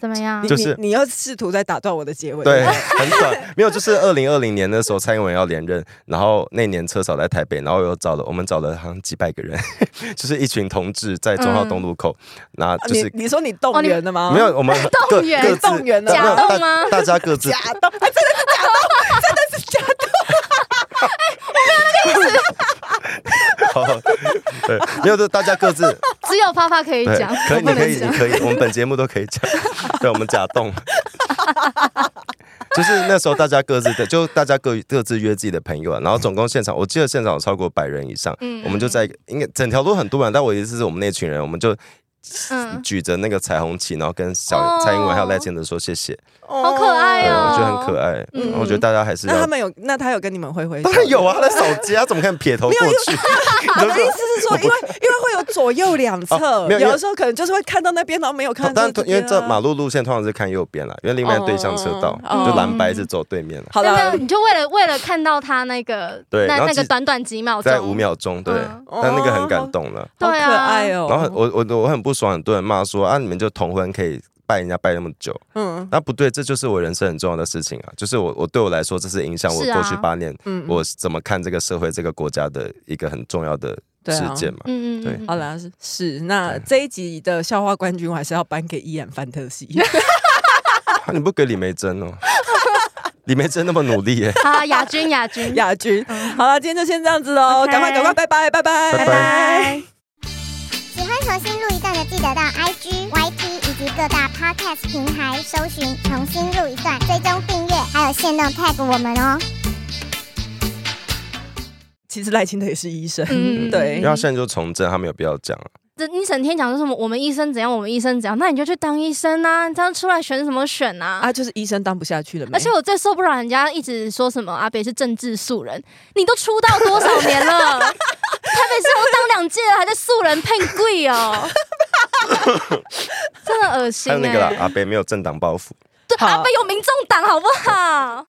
Speaker 3: 怎么样
Speaker 1: 你，？
Speaker 2: 就是
Speaker 1: 你你要试图在打断我的结尾。
Speaker 2: 对，很短，没有，就是二零二零年的时候，蔡英文要连任，然后那年车少在台北，然后又找了我们找了好像几百个人， [LAUGHS] 就是一群同志在中号东路口，那
Speaker 1: 啊，
Speaker 2: 就是
Speaker 1: 你你说你动员的吗？
Speaker 2: 没有我们各
Speaker 3: 动员
Speaker 2: 各自
Speaker 1: [LAUGHS] 动员的
Speaker 2: 没有
Speaker 3: 假动
Speaker 2: 大
Speaker 3: 吗
Speaker 2: 大家各自
Speaker 1: 假动，啊真的是假动，真的是假动。
Speaker 2: 好， [LAUGHS] 对，没有，就大家各自
Speaker 3: 只有发发可以
Speaker 2: 对
Speaker 3: 讲，，
Speaker 2: 可以，你
Speaker 3: 我不
Speaker 2: 可
Speaker 3: 能
Speaker 2: 以，
Speaker 3: 讲
Speaker 2: 你。可以，我们本节目都可以
Speaker 3: [LAUGHS]
Speaker 2: 讲，对，我们假动。 [LAUGHS] 就是那时候，大家各自的，就大家各各自约自己的朋友啊，然后总共现场，我记得现场有超过百人以上，
Speaker 3: 嗯
Speaker 2: 我们就在应该整条路很多人，但我意思是我们那群人，我们就
Speaker 3: 嗯，
Speaker 2: 举着那个彩虹旗，然后跟小、
Speaker 3: 哦
Speaker 2: 蔡英文还有赖清德说谢谢，
Speaker 1: 好
Speaker 3: 可爱
Speaker 2: 对，
Speaker 3: 哎呦
Speaker 2: 我觉得很可爱，
Speaker 1: 嗯
Speaker 2: 我觉得大家还是
Speaker 1: 那
Speaker 2: 要
Speaker 1: 他，们有，那他有跟你们挥挥手
Speaker 2: [LAUGHS] 当？然有啊，他在扫街，他怎么可能撇头过去？
Speaker 1: 我
Speaker 2: [LAUGHS]
Speaker 1: 的意思是说，因为因为会有左右两侧，
Speaker 2: 啊没有因为哦
Speaker 1: 有的时候可能就是会看到那边，然后没有看到
Speaker 2: 但
Speaker 1: 这边啊。
Speaker 2: 因为这马路路线通常是看右边啦，因为另外对向车道
Speaker 1: 哦
Speaker 2: 就蓝白是走对面了，
Speaker 1: 好
Speaker 3: 真的，
Speaker 1: 了，
Speaker 3: 你就为了为了看到他那个，
Speaker 2: 对
Speaker 3: 那
Speaker 2: 然后
Speaker 3: 那
Speaker 2: 其
Speaker 3: 个
Speaker 2: 实
Speaker 3: 短短几
Speaker 1: 哦
Speaker 3: 秒
Speaker 2: 在
Speaker 3: 钟，
Speaker 2: 五，秒钟，对
Speaker 3: 嗯，
Speaker 2: 但那个很感动了。
Speaker 1: 好
Speaker 3: 对
Speaker 1: 可
Speaker 3: 啊，
Speaker 1: 爱哦。
Speaker 2: 然后我我我很不爽，很多人骂说啊，你们就同婚可以拜人家拜那么久，
Speaker 1: 嗯
Speaker 2: 那不对，这就是我人生很重要的事情啊，就是我我对我来说，这是影响我
Speaker 3: 是啊
Speaker 2: 过去八年
Speaker 1: 嗯，
Speaker 2: 我怎么看这个社会、这个国家的一个很重要的
Speaker 1: 对啊
Speaker 2: 事件嘛。
Speaker 3: 嗯嗯
Speaker 2: 对
Speaker 3: 嗯嗯，
Speaker 1: 好啦，是是，那这一集的笑话冠军，我还是要颁给伊然范特西。
Speaker 2: 啊你不给李梅
Speaker 1: [LAUGHS]
Speaker 2: 珍哦，李梅珍那么努力耶，
Speaker 1: 哎
Speaker 3: 好，亚军
Speaker 1: [LAUGHS]
Speaker 3: 亚军，
Speaker 1: 亚军。好了，今天就先这样子喽，
Speaker 3: 嗯 OK
Speaker 1: 赶快赶快，拜拜拜拜
Speaker 2: 拜
Speaker 3: 拜拜。
Speaker 4: 喜欢重新录一段的，记得到 IG、YT 以及各大 Podcast 平台搜寻“重新录一段”，追踪订阅，还有限定 tag 我们哦。
Speaker 1: 其实赖清德也是医生，
Speaker 3: 嗯
Speaker 1: 对
Speaker 2: 因为他现在就从政，他没有必要讲了。啊
Speaker 3: 这你整天讲说什么我们医生怎样，我们医生怎样，那你就去当医生啊，你这样出来选什么选啊？
Speaker 1: 啊，就是医生当不下去了没？
Speaker 3: 而且我最受不了人家一直说什么阿北是政治素人，你都出道多少年了？台北市我当两届了，还在素人配贵哦， [LAUGHS] 真的恶心
Speaker 2: 还有那个
Speaker 3: 哎、
Speaker 2: 啦，阿北没有政党包袱。
Speaker 3: 对，
Speaker 1: 好
Speaker 3: 阿北有民众党好不好？